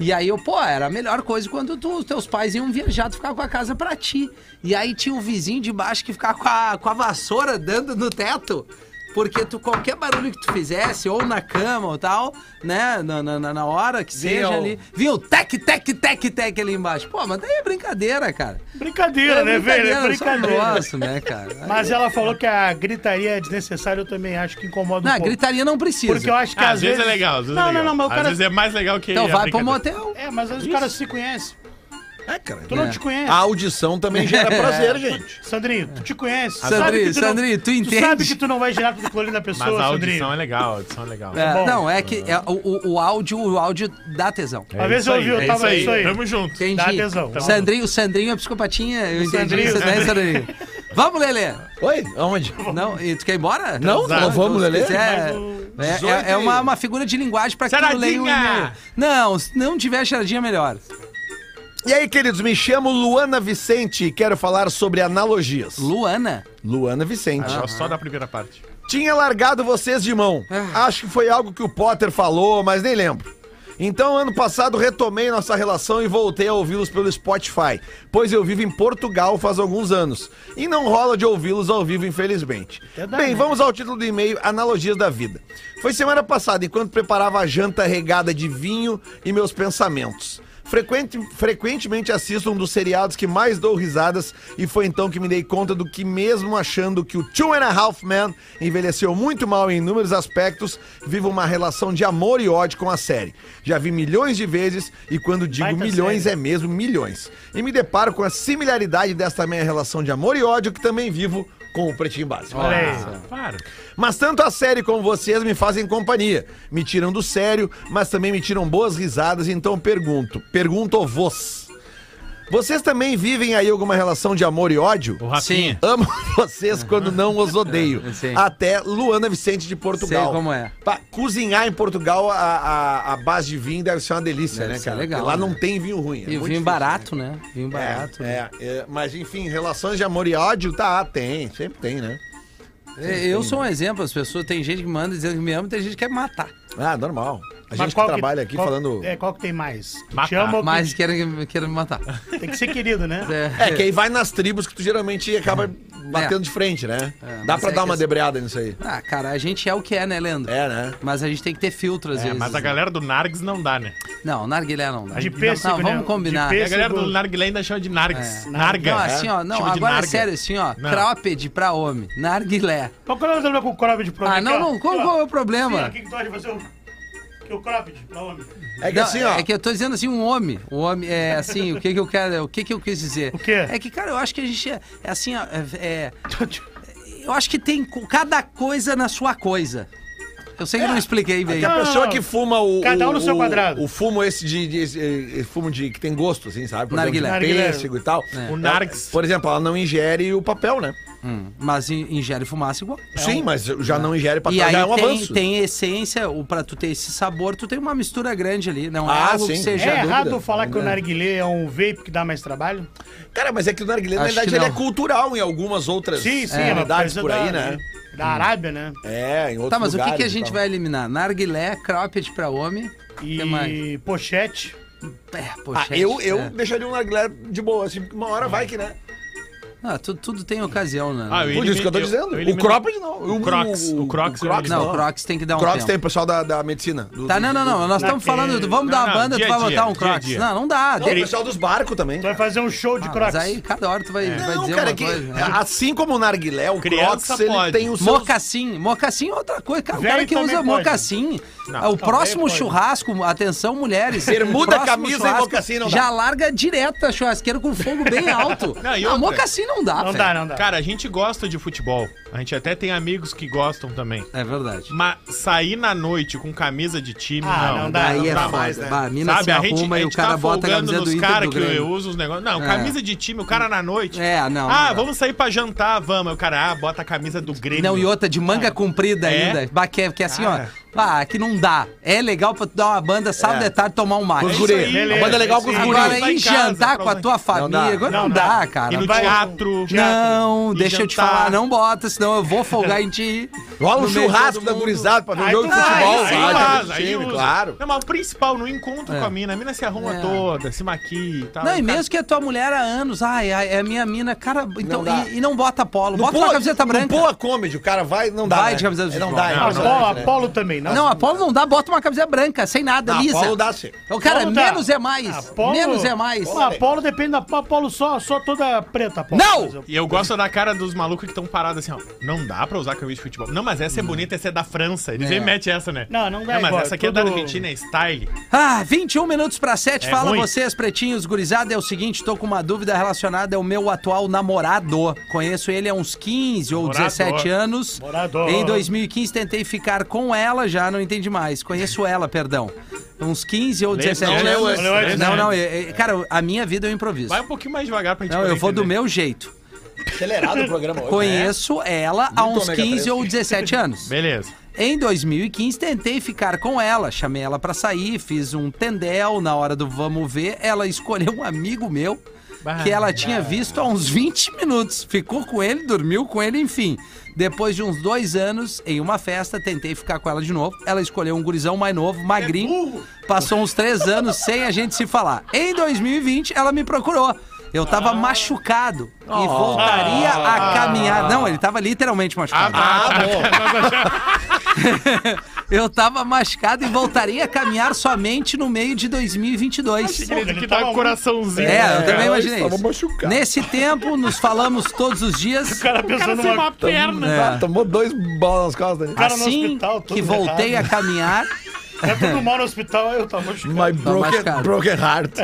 Speaker 3: E aí eu, pô, era a melhor coisa quando tu- os teus pais iam viajar, tu ficava com a casa pra ti. E aí tinha o vizinho de baixo que ficava com a, com a vassoura dando no teto. Porque tu, qualquer barulho que tu fizesse, ou na cama ou tal, né, na, na, na- na hora que seja
Speaker 4: Vinha o-
Speaker 3: ali, vinha o tec, tec, tec, tec ali embaixo. Pô, mas daí é brincadeira, cara.
Speaker 5: Brincadeira, né, velho? É
Speaker 3: eu só
Speaker 5: brincadeira.
Speaker 3: gosto, né, cara?
Speaker 5: Mas ela falou que a gritaria é desnecessária, eu também acho que incomoda um
Speaker 3: Não, é
Speaker 5: pouco.
Speaker 3: gritaria não precisa.
Speaker 5: Porque eu acho que
Speaker 6: Ah, às vezes é legal. Às vezes
Speaker 5: não,
Speaker 6: é legal.
Speaker 5: não, não, mas o
Speaker 6: Às
Speaker 5: cara.
Speaker 6: vezes é mais legal que.
Speaker 3: Então
Speaker 6: a
Speaker 3: vai pro
Speaker 6: brincadeira.
Speaker 3: motel.
Speaker 5: É, mas às vezes os caras se conhecem.
Speaker 4: É, cara.
Speaker 5: Tu não
Speaker 3: É.
Speaker 5: te conhece.
Speaker 6: Ah,
Speaker 4: A audição também gera prazer, gente.
Speaker 5: Sandrinho, tu te conhece.
Speaker 3: Sandrinho,
Speaker 5: sabe que não-
Speaker 3: Sandrinho, tu entende?
Speaker 5: sabe que tu não vai girar pro clone da pessoa,
Speaker 6: Mas a
Speaker 5: Sandrinho.
Speaker 6: audição é legal, a audição é legal.
Speaker 3: É,
Speaker 5: bom.
Speaker 3: não, é que é, o, o- o áudio, o áudio dá tesão.
Speaker 5: Uma vez eu ouvi, eu tava isso aí.
Speaker 6: Tamo junto.
Speaker 3: Entendi.
Speaker 5: Dá tesão. tá
Speaker 3: O Sandrinho, o Sandrinho é psicopatinha, eu entendi.
Speaker 5: Sandrinho.
Speaker 3: Você né, Sandrinho? Vamos, Lelê!
Speaker 1: Oi? Aonde?
Speaker 3: Não, e tu quer ir embora?
Speaker 1: Não,
Speaker 3: Tá,
Speaker 1: não vamos,
Speaker 3: se
Speaker 1: Lelê.
Speaker 3: quiser, é, é- é uma, uma figura de linguagem pra que eu leia o
Speaker 6: Charadinha!
Speaker 3: e-mail. Não, se não tiver charadinha, melhor.
Speaker 1: E aí, queridos, me chamo Luana Vicente e quero falar sobre analogias.
Speaker 3: Luana?
Speaker 1: Luana Vicente.
Speaker 6: Só- Só da primeira parte.
Speaker 1: Tinha largado vocês de mão.
Speaker 3: Ah.
Speaker 1: Acho que foi algo que o Potter falou, mas nem lembro. Então, ano passado, retomei nossa relação e voltei a ouvi-los pelo Spotify, pois eu vivo em Portugal faz alguns anos. E não rola de ouvi-los ao vivo, infelizmente. Bem, vamos ao título do e-mail Analogias da Vida. Foi semana passada, enquanto preparava a janta regada de vinho e meus pensamentos. Frequente- frequentemente assisto um dos seriados que mais dou risadas e foi então que me dei conta do que mesmo achando que o Two and a Half Men envelheceu muito mal em inúmeros aspectos, vivo uma relação de amor e ódio com a série. Já vi milhões de vezes e quando digo
Speaker 5: Baita
Speaker 1: milhões
Speaker 5: série.
Speaker 1: é mesmo milhões. E me deparo com a similaridade desta minha relação de amor e ódio que também vivo com o Pretinho Básico.
Speaker 5: Olha aí.
Speaker 6: Para.
Speaker 1: Mas tanto a série como vocês me fazem companhia. Me tiram do sério, mas também me tiram boas risadas, então pergunto, pergunto vos. Vocês também vivem aí alguma relação de amor e ódio?
Speaker 6: O Rafinha.
Speaker 1: Amo vocês quando não os odeio.
Speaker 3: Sim.
Speaker 1: Até Luana Vicente de Portugal.
Speaker 3: Sei como é.
Speaker 1: Pá, cozinhar em Portugal a, a, a base de vinho deve ser uma delícia,
Speaker 3: Deve
Speaker 1: né,
Speaker 3: ser
Speaker 1: cara?
Speaker 3: legal,
Speaker 1: Porque lá
Speaker 3: né?
Speaker 1: não tem vinho ruim. é muito
Speaker 3: e vinho
Speaker 1: difícil,
Speaker 3: barato, né? Vinho barato.
Speaker 1: É, é, é, mas enfim, relações de amor e ódio, tá, tem, sempre tem, né?
Speaker 3: É, Eu sou um exemplo, as pessoas, tem gente que manda dizendo que me ama, tem gente que quer matar.
Speaker 1: Ah, normal. A
Speaker 5: Mas
Speaker 1: gente que
Speaker 5: qual
Speaker 1: trabalha aqui
Speaker 5: qual-
Speaker 1: falando.
Speaker 5: É, qual que tem mais? Que te
Speaker 6: Matar.
Speaker 5: ama ou que-
Speaker 3: Mas querem, querem me matar.
Speaker 5: Tem que ser querido, né?
Speaker 1: É, que aí vai nas tribos que tu geralmente acaba batendo
Speaker 3: É.
Speaker 1: de frente, né?
Speaker 3: É,
Speaker 1: Dá
Speaker 3: mas
Speaker 1: pra
Speaker 3: é
Speaker 1: dar
Speaker 3: que
Speaker 1: uma
Speaker 3: assim-
Speaker 1: debreada nisso aí.
Speaker 3: Ah, cara, a gente é o que é, né, Leandro?
Speaker 1: É, né?
Speaker 3: Mas a gente tem que ter filtro às
Speaker 6: É,
Speaker 3: vezes.
Speaker 6: mas a
Speaker 3: né?
Speaker 6: galera do Nargs não dá, né?
Speaker 3: Não, narguilé não. dá.
Speaker 5: De
Speaker 3: Não,
Speaker 5: pêssego,
Speaker 3: não,
Speaker 5: né?
Speaker 3: vamos combinar.
Speaker 5: De
Speaker 6: E
Speaker 5: pêssego.
Speaker 6: a galera do Narguilé ainda chama de Nargs. Narga. né?
Speaker 3: Não, assim, ó, não,
Speaker 6: Chama de
Speaker 3: agora é
Speaker 6: narga.
Speaker 3: sério, assim, ó,
Speaker 6: Não.
Speaker 3: cropped pra homem, narguilé.
Speaker 5: Mas qual é o problema com o cropped pro
Speaker 3: Ah, não, não, qual, qual é o
Speaker 5: Sim, ó,
Speaker 3: problema?
Speaker 5: o que que tu acha de fazer o... Que o cropped pra homem?
Speaker 1: É que
Speaker 3: Não,
Speaker 1: assim, ó.
Speaker 3: É que eu tô dizendo assim, um homem. Um homem, é assim, o que que eu quero, o que que eu quis dizer?
Speaker 5: O quê?
Speaker 3: É que, cara, eu acho que a gente é, é assim, ó, é, é- eu acho que tem co- cada coisa na sua coisa. Eu sei que eu não expliquei bem.
Speaker 1: que a
Speaker 5: Não,
Speaker 1: pessoa
Speaker 5: não.
Speaker 1: que fuma o.
Speaker 5: Cada um no
Speaker 1: o-
Speaker 5: seu quadrado.
Speaker 1: O fumo esse de. de- esse, eh, fumo de. que tem gosto, assim, sabe? Por exemplo, de
Speaker 5: Narguilé.
Speaker 1: Pêssego e tal.
Speaker 3: É.
Speaker 6: O Nargs.
Speaker 1: Por exemplo, ela não ingere o papel, né?
Speaker 3: Hum, mas in- ingere fumaça igual.
Speaker 5: É um-
Speaker 1: Sim, mas já não ingere papel,
Speaker 3: E aí
Speaker 1: já é um
Speaker 3: tem,
Speaker 1: avanço.
Speaker 3: tem essência, o, pra tu ter esse sabor, tu tem uma mistura grande ali. Não é
Speaker 1: Ah,
Speaker 3: algo que
Speaker 1: sim.
Speaker 5: É
Speaker 3: seja.
Speaker 1: Já
Speaker 5: errado
Speaker 1: dúvida.
Speaker 5: falar que o narguilé é um vape que dá mais trabalho?
Speaker 1: Cara, mas é que o narguilé, na
Speaker 3: Acho que
Speaker 1: realidade, ele é
Speaker 3: não.
Speaker 1: cultural em algumas outras
Speaker 5: Sim, sim, uma
Speaker 1: realidades
Speaker 5: coisa
Speaker 1: por aí,
Speaker 5: da,
Speaker 1: né?
Speaker 3: Hum.
Speaker 5: Da Arábia, né?
Speaker 1: É, em outros
Speaker 3: Tá, mas o que,
Speaker 1: lugares
Speaker 3: que a
Speaker 1: e
Speaker 3: gente
Speaker 1: tal.
Speaker 3: vai eliminar? Narguilé, cropped pra homem. E... Que mais?
Speaker 5: E pochete.
Speaker 3: É,
Speaker 1: Ah,
Speaker 3: pochete,
Speaker 1: eu, eu
Speaker 3: é.
Speaker 1: deixaria um narguilé de boa, assim, porque uma hora vai que, né?
Speaker 3: Ah, tu- tudo tem ocasião, né?
Speaker 6: Ah,
Speaker 4: Por isso que eu tô
Speaker 6: elimino-
Speaker 4: dizendo.
Speaker 6: elimino-
Speaker 4: O Cropped não.
Speaker 6: O Crocs. O Crocs. eu
Speaker 4: Crocs
Speaker 6: elimino.
Speaker 3: não, o Crocs tem que dar um
Speaker 4: Crocs
Speaker 3: tempo.
Speaker 4: tem o pessoal da, da medicina. do-
Speaker 3: Tá,
Speaker 4: do-
Speaker 3: não, não, não. Nós estamos falando, do- vamos
Speaker 6: é,
Speaker 3: dar
Speaker 6: Não,
Speaker 3: uma
Speaker 6: não,
Speaker 3: banda, tu
Speaker 6: dia
Speaker 3: vai
Speaker 6: a dia,
Speaker 3: botar um
Speaker 6: dia a
Speaker 3: Crocs.
Speaker 6: dia.
Speaker 3: Não, não dá.
Speaker 4: Não, o
Speaker 3: Tem-
Speaker 4: pessoal dos barcos também.
Speaker 5: Tu vai fazer um show de
Speaker 3: Ah,
Speaker 5: crocs.
Speaker 3: Mas aí, cada hora tu vai, vai
Speaker 4: Não,
Speaker 3: dizer
Speaker 4: cara,
Speaker 3: uma
Speaker 4: é que,
Speaker 3: coisa. né?
Speaker 4: assim como o narguilé, o
Speaker 6: Criança
Speaker 4: Crocs, ele
Speaker 6: pode.
Speaker 4: tem o seu...
Speaker 3: Mocassim, mocassim é outra coisa. Cara, o
Speaker 5: Velho
Speaker 3: cara que
Speaker 5: também
Speaker 3: usa
Speaker 5: pode.
Speaker 3: mocassim, ah, o próximo
Speaker 5: pode.
Speaker 3: churrasco, atenção mulheres.
Speaker 4: Bermuda,
Speaker 3: próximo
Speaker 4: camisa e
Speaker 3: churrasco,
Speaker 4: mocassim não dá.
Speaker 3: Já larga direto a churrasqueira com fogo bem alto.
Speaker 6: Não, e
Speaker 3: Ah,
Speaker 6: outra?
Speaker 3: mocassim não dá,
Speaker 5: Não
Speaker 3: velho.
Speaker 5: dá, não dá.
Speaker 6: Cara, a gente gosta de futebol. A gente até tem amigos que gostam também.
Speaker 3: É verdade.
Speaker 6: Mas sair na noite com camisa de time,
Speaker 5: Ah,
Speaker 6: não.
Speaker 5: não dá.
Speaker 3: Aí é
Speaker 5: dá
Speaker 3: foda.
Speaker 4: mais, né?
Speaker 3: Bah, a mina
Speaker 6: Sabe,
Speaker 3: se
Speaker 6: a
Speaker 3: arruma
Speaker 6: gente, a
Speaker 3: e o
Speaker 6: gente
Speaker 3: cara
Speaker 6: tá
Speaker 3: bota a
Speaker 6: folgando
Speaker 3: camisa do
Speaker 6: nos
Speaker 3: Inter
Speaker 6: cara
Speaker 3: do
Speaker 6: que
Speaker 3: Grêmio.
Speaker 6: eu uso os negócios. Não,
Speaker 3: É.
Speaker 6: camisa de time, o cara na noite.
Speaker 3: É, não, não
Speaker 6: Ah,
Speaker 3: dá.
Speaker 6: vamos sair pra jantar, vamos. Aí o cara, ah, bota a camisa do Grêmio.
Speaker 3: Não, e outra de manga comprida
Speaker 6: É?
Speaker 3: ainda. Bah, que, é- que é assim,
Speaker 6: Cara.
Speaker 3: ó. Ah, que não dá. É legal pra tu dar uma banda sábado
Speaker 4: É.
Speaker 3: de tarde e tomar um mate.
Speaker 4: Com os
Speaker 6: isso
Speaker 4: guri.
Speaker 6: aí,
Speaker 4: a banda
Speaker 6: beleza,
Speaker 4: é legal com os
Speaker 6: isso aí.
Speaker 4: guri.
Speaker 3: Agora,
Speaker 6: Tá em
Speaker 3: em
Speaker 6: casa,
Speaker 3: né? jantar com a
Speaker 6: pra-
Speaker 3: tua família, agora não,
Speaker 5: Não
Speaker 3: dá,
Speaker 5: dá.
Speaker 3: cara.
Speaker 6: E no
Speaker 5: Vai-
Speaker 6: teatro.
Speaker 3: Não,
Speaker 6: E
Speaker 3: deixa eu te
Speaker 6: jantar.
Speaker 3: falar, não bota, senão eu vou folgar em ti.
Speaker 4: Rola um
Speaker 3: No meio de
Speaker 4: churrasco
Speaker 3: todo
Speaker 4: da
Speaker 3: mundo.
Speaker 4: gurizada pra ver um
Speaker 5: Aí
Speaker 4: jogo de
Speaker 5: tu faz,
Speaker 4: futebol.
Speaker 5: aí
Speaker 3: tá
Speaker 4: lá,
Speaker 5: faz,
Speaker 4: do
Speaker 6: É aí
Speaker 4: time,
Speaker 6: usa.
Speaker 4: claro.
Speaker 6: Não, mas o principal, no encontro
Speaker 3: É.
Speaker 6: com a mina, a mina se arruma
Speaker 3: É.
Speaker 6: toda, se maquia e tal.
Speaker 3: Não, e
Speaker 6: O cara-
Speaker 3: mesmo que a tua mulher há anos, ai, ai, é a minha mina, cara, então,
Speaker 4: dá.
Speaker 3: e, e não bota polo,
Speaker 4: No
Speaker 3: bota
Speaker 4: Poa-
Speaker 3: uma camiseta
Speaker 4: No
Speaker 3: branca.
Speaker 4: Poa Comedy, o cara vai, não dá.
Speaker 3: Vai
Speaker 4: né?
Speaker 3: de camiseta de
Speaker 4: É, Não
Speaker 3: futebol.
Speaker 4: dá, é,
Speaker 5: Ah,
Speaker 4: não
Speaker 5: Apolo,
Speaker 6: né?
Speaker 4: dá.
Speaker 5: Apolo também, não.
Speaker 3: Não, a polo não dá, bota uma camiseta branca, sem nada,
Speaker 4: Ah,
Speaker 3: lisa.
Speaker 4: Apolo dá, sim.
Speaker 3: Então, cara,
Speaker 5: Apolo dá.
Speaker 3: menos é mais,
Speaker 5: Apolo-
Speaker 3: menos é mais.
Speaker 5: Ah, Apolo depende da Apolo só, só toda preta. Apolo.
Speaker 3: Não!
Speaker 5: Por exemplo.
Speaker 6: E eu gosto da cara dos malucos que estão parados assim, ó. Não dá pra usar camisa de futebol. Não, mas essa é bonita, essa é da França. Eles
Speaker 3: É.
Speaker 6: é. metem essa, né?
Speaker 5: Não, não dá
Speaker 6: mas
Speaker 5: igual,
Speaker 6: essa aqui é da
Speaker 5: tudo-
Speaker 6: Argentina, é style.
Speaker 3: Ah, 21 minutos para 7.
Speaker 6: É
Speaker 3: Fala
Speaker 6: ruim.
Speaker 3: vocês, pretinhos, gurizada. É o seguinte, tô com uma dúvida relacionada ao meu atual namorado. Conheço ele há uns 15 ou
Speaker 6: Morador.
Speaker 3: 17 anos.
Speaker 5: Morador.
Speaker 3: Em 2015 tentei ficar com ela, já não entendi mais. Conheço ela, perdão. Uns 15 ou
Speaker 6: Lê-
Speaker 3: 17
Speaker 6: não,
Speaker 3: anos.
Speaker 6: leu antes,
Speaker 3: Não,
Speaker 6: né?
Speaker 3: não, é- é- cara, a minha vida eu improviso.
Speaker 6: Vai um pouquinho mais devagar pra gente
Speaker 3: Não,
Speaker 6: poder
Speaker 3: eu vou do
Speaker 6: entender. é.
Speaker 3: meu jeito.
Speaker 4: Acelerado o programa hoje.
Speaker 3: Conheço ela há
Speaker 4: Muito
Speaker 3: uns
Speaker 4: ômega
Speaker 3: 15
Speaker 4: três.
Speaker 3: ou 17 anos.
Speaker 6: Beleza.
Speaker 3: Em 2015 tentei ficar com ela, chamei ela pra sair, fiz um tendel na hora do vamos ver, ela escolheu um amigo meu que ela tinha visto há uns 20 minutos, ficou com ele, dormiu com ele, enfim. Depois de uns dois anos, em uma festa, tentei ficar com ela de novo. Ela escolheu um gurizão mais novo, magrinho. Passou uns três anos sem a gente se falar. Em 2020, ela me procurou. Eu tava machucado e voltaria a caminhar. Não, ele tava literalmente machucado. Eu tava machucado e voltaria a caminhar somente no meio de 2022.
Speaker 5: Ele
Speaker 6: Ele que
Speaker 5: tá né?
Speaker 6: dá um
Speaker 5: maluco.
Speaker 6: coraçãozinho.
Speaker 3: É, eu
Speaker 6: cara.
Speaker 3: também imaginei
Speaker 4: Tava
Speaker 3: isso.
Speaker 4: machucado.
Speaker 3: Nesse tempo, nos falamos todos os dias. É.
Speaker 5: O cara pensou numa...
Speaker 6: perna.
Speaker 4: Ah, Tomou dois bolas nas costas. né?
Speaker 5: cara no
Speaker 3: assim
Speaker 5: hospital, todo
Speaker 3: que voltei
Speaker 5: errado.
Speaker 3: a caminhar,
Speaker 5: É tudo mal no hospital, eu tava machucado.
Speaker 4: My
Speaker 3: machucado.
Speaker 4: broken, broken heart.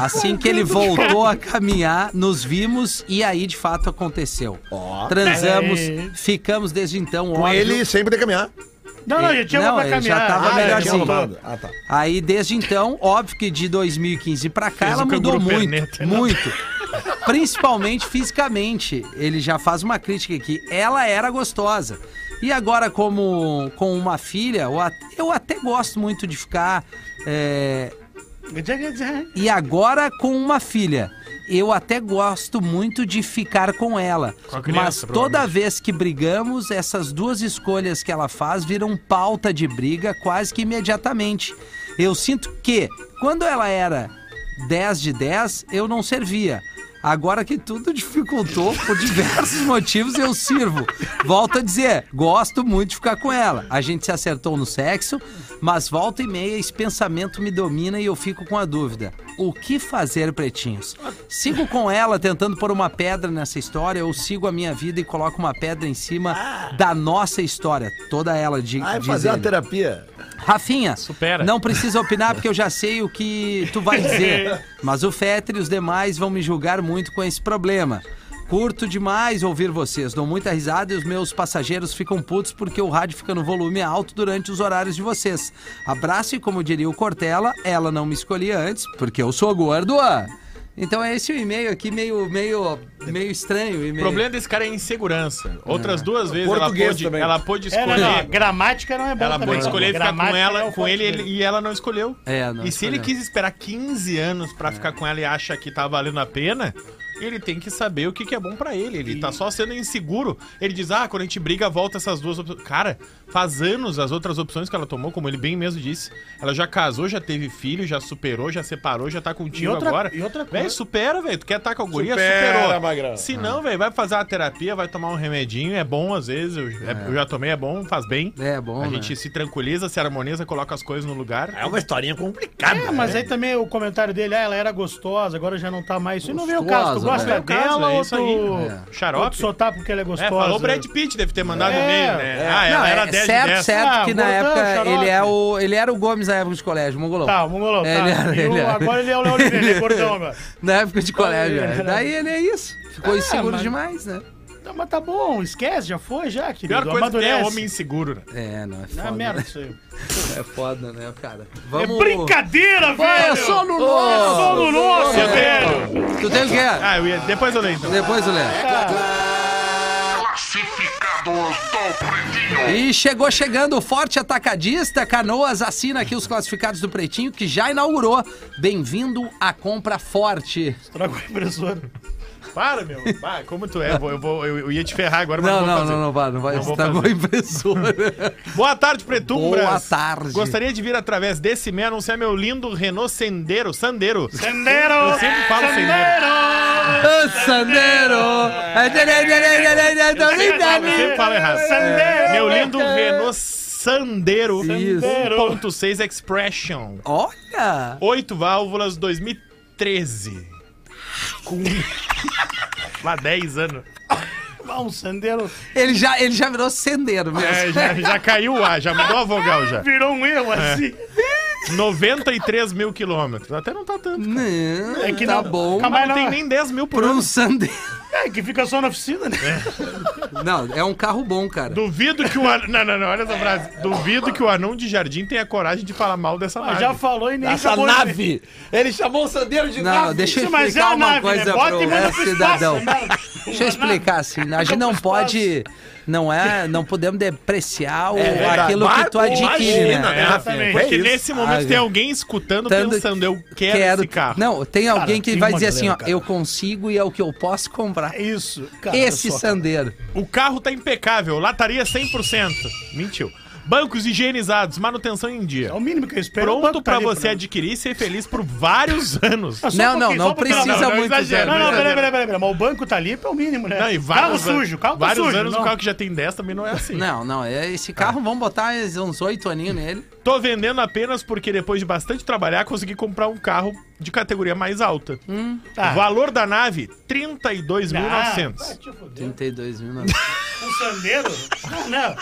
Speaker 3: assim que ele voltou a caminhar, nos vimos e aí de fato aconteceu. Transamos,
Speaker 5: É.
Speaker 3: ficamos desde então,
Speaker 4: Com
Speaker 3: óbvio.
Speaker 4: ele sempre tem que caminhar.
Speaker 5: Não, não, já tinha
Speaker 3: Não,
Speaker 5: uma pra
Speaker 3: ele já
Speaker 5: caminhar.
Speaker 3: tava
Speaker 5: Ah,
Speaker 3: melhor
Speaker 5: já
Speaker 3: assim.
Speaker 5: voltou.
Speaker 4: arrumado. Ah, tá.
Speaker 3: Aí desde então, óbvio que de 2015 pra cá
Speaker 6: Fez
Speaker 3: ela
Speaker 6: o né?
Speaker 3: mudou
Speaker 6: canguru
Speaker 3: muito,
Speaker 6: perneta.
Speaker 3: muito. Principalmente fisicamente. Ele já faz uma crítica aqui. Ela era gostosa. E agora como com uma filha, eu at- eu até gosto muito de ficar é, e agora com uma filha. Eu até gosto muito de ficar com ela.
Speaker 6: Com a criança,
Speaker 3: mas toda
Speaker 6: provavelmente.
Speaker 3: vez que brigamos, essas duas escolhas que ela faz viram pauta de briga quase que imediatamente. Eu sinto que, quando ela era 10 de 10, eu não servia. Agora que tudo dificultou por diversos motivos, eu sirvo. Volto a dizer, gosto muito de ficar com ela. A gente se acertou no sexo, mas volta e meia esse pensamento me domina e eu fico com a dúvida. O que fazer, pretinhos? Sigo com ela tentando pôr uma pedra nessa história ou sigo a minha vida e coloco uma pedra em cima da nossa história? Toda ela de
Speaker 4: Ah, é
Speaker 3: diz
Speaker 4: Ah. fazer uma
Speaker 3: ele.
Speaker 4: terapia.
Speaker 3: Rafinha,
Speaker 6: Supera.
Speaker 3: não precisa opinar porque eu já sei o que tu vai
Speaker 6: É.
Speaker 3: dizer. Mas o Fetter e os demais vão me julgar muito com esse problema. Curto demais ouvir vocês, dou muita risada e os meus passageiros ficam putos porque o rádio fica no volume alto durante os horários de vocês. Abraço e, como diria o Cortella, ela não me escolhia antes porque eu sou gordo. ah. Então é esse o e-mail aqui, meio, meio, meio estranho. o
Speaker 6: O
Speaker 3: e-mail.
Speaker 6: problema desse cara é a insegurança. Outras duas vezes ela
Speaker 4: Português
Speaker 6: pôde,
Speaker 4: também.
Speaker 6: ela pôde
Speaker 5: É, não,
Speaker 6: escolher.
Speaker 5: não, gramática não é bom
Speaker 6: Ela
Speaker 5: também.
Speaker 6: pôde escolher ficar com
Speaker 5: Gramática não é
Speaker 6: ela,
Speaker 5: o
Speaker 6: com
Speaker 5: forte
Speaker 6: ele,
Speaker 5: dele.
Speaker 6: ele- e ela não escolheu.
Speaker 3: É, não
Speaker 6: e se
Speaker 3: escolheu.
Speaker 6: ele quis esperar 15 anos pra ficar com ela e acha que tá valendo a pena, ele tem que saber o que, que é bom pra ele. Ele tá só sendo inseguro. Ele diz, ah, quando a gente briga, volta essas duas opções. Cara, faz anos as outras opções que ela tomou, como ele bem mesmo disse. Ela já casou, já teve filho, já superou, já separou, já tá contigo
Speaker 5: E outra-
Speaker 6: agora.
Speaker 5: e outra
Speaker 6: Véi,
Speaker 5: coisa-
Speaker 6: supera, velho. Tu quer estar com a guria,
Speaker 8: Supera,
Speaker 6: superou.
Speaker 8: magrão.
Speaker 6: Se não, velho, vai fazer uma terapia, vai tomar um remedinho. É bom, às vezes. Eu, é- eu já tomei, é bom, faz bem.
Speaker 3: É bom,
Speaker 6: A
Speaker 3: né?
Speaker 6: gente se tranquiliza, se harmoniza, coloca as coisas no lugar.
Speaker 8: É uma historinha complicada.
Speaker 5: É, mas aí também o comentário dele, ah, ela era gostosa, agora já não tá mais. Isso não vem o
Speaker 3: Gostosa,
Speaker 5: caso. Tu gosta
Speaker 3: né?
Speaker 6: É o caso,
Speaker 5: dela
Speaker 6: é
Speaker 5: ou
Speaker 6: isso
Speaker 5: tu...
Speaker 6: aí. É. Xarope.
Speaker 5: ou tu só tá porque ela é gostosa?
Speaker 6: É, falou o Brad Pitt, deve ter mandado
Speaker 5: É,
Speaker 6: e-mail, né? Ah,
Speaker 3: Não,
Speaker 6: ela era
Speaker 3: é
Speaker 6: 10
Speaker 3: certo,
Speaker 6: de 10.
Speaker 3: certo
Speaker 5: Ah,
Speaker 3: que na
Speaker 5: gordão,
Speaker 3: época
Speaker 5: xarope.
Speaker 3: ele, é o, ele era o Gomes na época de colégio, mongolão.
Speaker 5: Tá, o Mongolão, tá.
Speaker 3: É, ele era-
Speaker 5: E o-
Speaker 3: ele era.
Speaker 5: Agora ele é o Léo Oliveira, ele é gordão agora.
Speaker 3: Na época de colégio,
Speaker 5: Ele
Speaker 3: é.
Speaker 5: era-
Speaker 3: Daí ele é isso. Ficou
Speaker 5: Ah,
Speaker 3: inseguro
Speaker 5: mas-
Speaker 3: demais, né?
Speaker 5: Não, mas tá bom, esquece, já foi, já, querido.
Speaker 6: Pior coisa que tem é
Speaker 5: amadurece.
Speaker 6: homem inseguro, né?
Speaker 3: É, não, é foda.
Speaker 5: Ah, merda
Speaker 3: né?
Speaker 5: isso aí.
Speaker 3: É foda, né, cara?
Speaker 5: É
Speaker 3: Vamos...
Speaker 5: brincadeira,
Speaker 3: É
Speaker 5: velho!
Speaker 3: só no nosso!
Speaker 5: Só no
Speaker 3: É.
Speaker 5: nosso, velho!
Speaker 3: Tu tem o quê?
Speaker 6: Ah, eu ia... depois eu leio então.
Speaker 3: Depois eu leio.
Speaker 2: Classificados do Pretinho.
Speaker 3: E chegou chegando o Forte Atacadista. Canoas assina aqui os classificados do Pretinho, que já inaugurou. Bem-vindo à compra forte.
Speaker 5: Traga o impressor.
Speaker 6: Para, meu. Ah, como tu é? Vou- Eu, vou, eu, eu ia te ferrar agora, mas
Speaker 3: Não,
Speaker 6: não, vou
Speaker 3: não,
Speaker 6: fazer.
Speaker 3: não, não vai, não vai.
Speaker 6: Não vou
Speaker 3: Estragou a
Speaker 6: fazer.
Speaker 3: impressora.
Speaker 6: Boa tarde, Pretumbras.
Speaker 3: Boa tarde.
Speaker 6: Gostaria de vir através desse e-mail anunciar meu lindo Renault Sendero. Sandeiro.
Speaker 5: Sendeiro!
Speaker 6: Eu sempre falo Sendero.
Speaker 3: Ô, Sandeiro!
Speaker 6: Eu sempre falo errado.
Speaker 5: Sandero.
Speaker 6: Meu lindo Renault Sandero
Speaker 3: Isso.
Speaker 6: 1.6 Expression.
Speaker 3: Olha!
Speaker 6: Oito válvulas 2013. Com. Lá 10 anos.
Speaker 5: Ah, um sandeiro
Speaker 3: Ele já, ele já virou sendeiro mesmo.
Speaker 6: É, já, já caiu o A, já mudou a vogal já.
Speaker 5: virou um erro assim.
Speaker 6: 93 mil quilômetros. Até não tá tanto. cara.
Speaker 3: Não,
Speaker 5: É que
Speaker 3: tá
Speaker 5: não-
Speaker 3: bom.
Speaker 5: calma Mas
Speaker 6: Mas não tem
Speaker 5: não-
Speaker 6: nem 10 mil por
Speaker 3: Pra um
Speaker 6: ano.
Speaker 3: sandeiro.
Speaker 5: É, que fica só na oficina, né?
Speaker 3: Não, é um carro bom, cara.
Speaker 6: Duvido que o anão. Não, não, não, olha essa frase. Duvido que o anão de jardim tenha coragem de falar mal dessa
Speaker 5: Mas
Speaker 6: nave.
Speaker 5: Ah, já falou e nem
Speaker 8: Essa
Speaker 5: acabou de ver.
Speaker 8: nave! Ele chamou o Sandeiro de
Speaker 3: Não,
Speaker 8: nave!
Speaker 3: deixa eu
Speaker 5: Sim, mas é
Speaker 3: explicar
Speaker 5: a
Speaker 3: uma
Speaker 5: nave, né?
Speaker 3: coisa
Speaker 5: Bota e manda
Speaker 3: pro
Speaker 5: pro
Speaker 3: cidadão.
Speaker 5: espaço, merda.
Speaker 3: Deixa eu explicar assim, a gente não pode, não é, não podemos depreciar
Speaker 5: É
Speaker 3: o-
Speaker 8: verdade.
Speaker 3: aquilo que tu
Speaker 8: Imagina,
Speaker 3: adquire,
Speaker 6: É,
Speaker 8: né?
Speaker 3: né?
Speaker 8: Exatamente.
Speaker 6: Porque
Speaker 8: É isso.
Speaker 6: nesse momento
Speaker 3: Ah,
Speaker 6: tem alguém escutando
Speaker 3: Tanto-
Speaker 6: pensando, eu quero, esse carro.
Speaker 3: Não, tem alguém que
Speaker 5: tem
Speaker 3: vai
Speaker 5: uma
Speaker 3: dizer assim, ó,
Speaker 5: galera, cara.
Speaker 3: eu consigo e é o que eu posso comprar.
Speaker 5: Isso, cara.
Speaker 3: Esse
Speaker 5: só-
Speaker 3: sandeiro.
Speaker 6: O carro tá impecável, lataria 100%. Mentiu. Bancos higienizados, manutenção em dia.
Speaker 5: É o mínimo que eu espero. O
Speaker 6: Pronto
Speaker 5: banco
Speaker 6: pra
Speaker 5: ali
Speaker 6: você adquirir e ser feliz por vários anos.
Speaker 5: Ah, só
Speaker 3: Não,
Speaker 5: um
Speaker 3: não,
Speaker 5: pouquinho,
Speaker 3: não
Speaker 5: só um pouquinho.
Speaker 3: precisa
Speaker 6: não, não,
Speaker 3: muito. né?
Speaker 6: exagera,
Speaker 3: Zé.
Speaker 5: Não, não,
Speaker 6: Não,
Speaker 5: peraí, peraí, peraí, peraí. Mas o banco tá limpo é o mínimo, né?
Speaker 6: Não, e
Speaker 5: carro
Speaker 6: vários anos-
Speaker 5: sujo, carro tá
Speaker 6: Vários
Speaker 5: sujo.
Speaker 6: anos
Speaker 5: não.
Speaker 6: o carro que já tem 10 também não é assim.
Speaker 3: Não, não, é esse
Speaker 5: Tá.
Speaker 3: carro, vamos botar uns oito aninhos nele.
Speaker 6: Tô vendendo apenas porque depois de bastante trabalhar, consegui comprar um carro de categoria mais alta.
Speaker 5: Tá.
Speaker 6: Valor da nave,
Speaker 5: Ah, vai
Speaker 6: 32.900.
Speaker 5: te fuder.
Speaker 3: 32 mil.
Speaker 5: Um sandeiro? Não, não.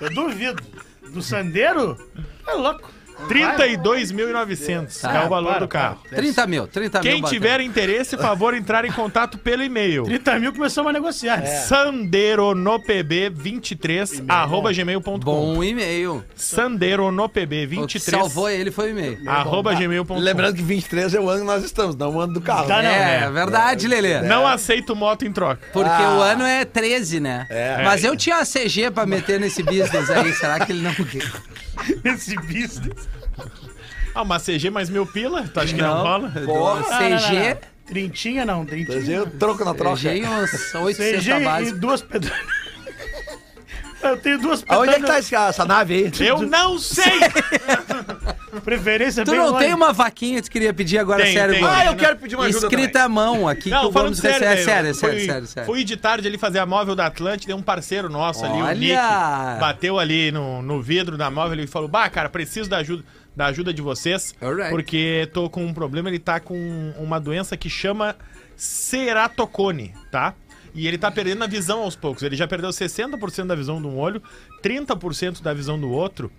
Speaker 5: Eu duvido. Do sandeiro? É louco.
Speaker 6: 32.900 é o valor
Speaker 5: para,
Speaker 6: do carro.
Speaker 3: 30 mil, 30 mil.
Speaker 6: Quem
Speaker 3: bacana.
Speaker 6: tiver interesse, favor entrar em contato pelo e-mail.
Speaker 5: 30 mil começamos a negociar. É.
Speaker 6: sanderonopb23 arroba gmail.com
Speaker 3: Bom um e-mail. O que salvou
Speaker 6: sanderonopb23
Speaker 3: ele foi o e-mail.
Speaker 6: arroba gmail.com
Speaker 4: Lembrando que 23 é o ano que nós estamos, não o ano do carro. né?
Speaker 5: Tá, não,
Speaker 3: é,
Speaker 5: é.
Speaker 3: verdade, Lelê.
Speaker 6: Não aceito moto em troca.
Speaker 3: Porque o ano é 13, né?
Speaker 6: É.
Speaker 3: Mas eu tinha uma CG pra meter nesse business aí. Será que ele não quer?
Speaker 5: Esse business.
Speaker 6: Ah, uma CG mais mil pila? Tu acha que não, rola?
Speaker 3: Porra. CG,
Speaker 5: Trintinha não, trintinha.
Speaker 4: Eu troco na troca.
Speaker 3: CG e uns 8
Speaker 5: CG
Speaker 3: cesta
Speaker 5: e
Speaker 3: básica.
Speaker 5: duas pedradas. Eu tenho duas pedradas.
Speaker 4: Aonde é que tá esse- essa nave aí?
Speaker 6: Eu não sei!
Speaker 5: Preferência
Speaker 3: Tu
Speaker 5: bem
Speaker 3: não
Speaker 5: longe.
Speaker 3: tem uma vaquinha que tu queria pedir agora,
Speaker 6: Tem,
Speaker 3: sério,
Speaker 6: tem.
Speaker 3: Gomes?
Speaker 6: Ah,
Speaker 4: eu quero pedir uma ajuda
Speaker 3: Escrita à mão aqui que o Gomes recebe.
Speaker 6: velho,
Speaker 3: Sério, sério,
Speaker 6: fui,
Speaker 3: sério, sério.
Speaker 6: Fui de tarde ali fazer a móvel da Atlântida, e um parceiro nosso ali,
Speaker 3: Olha!
Speaker 6: o Nick, bateu ali no, no vidro da móvel e falou: Bah, cara, preciso da ajuda, da ajuda de vocês,
Speaker 3: Alright.
Speaker 6: porque tô com um problema. Ele tá com uma doença que chama ceratocone, tá? E ele tá perdendo a visão aos poucos. Ele já perdeu 60% da visão de um olho, 30% da visão do outro.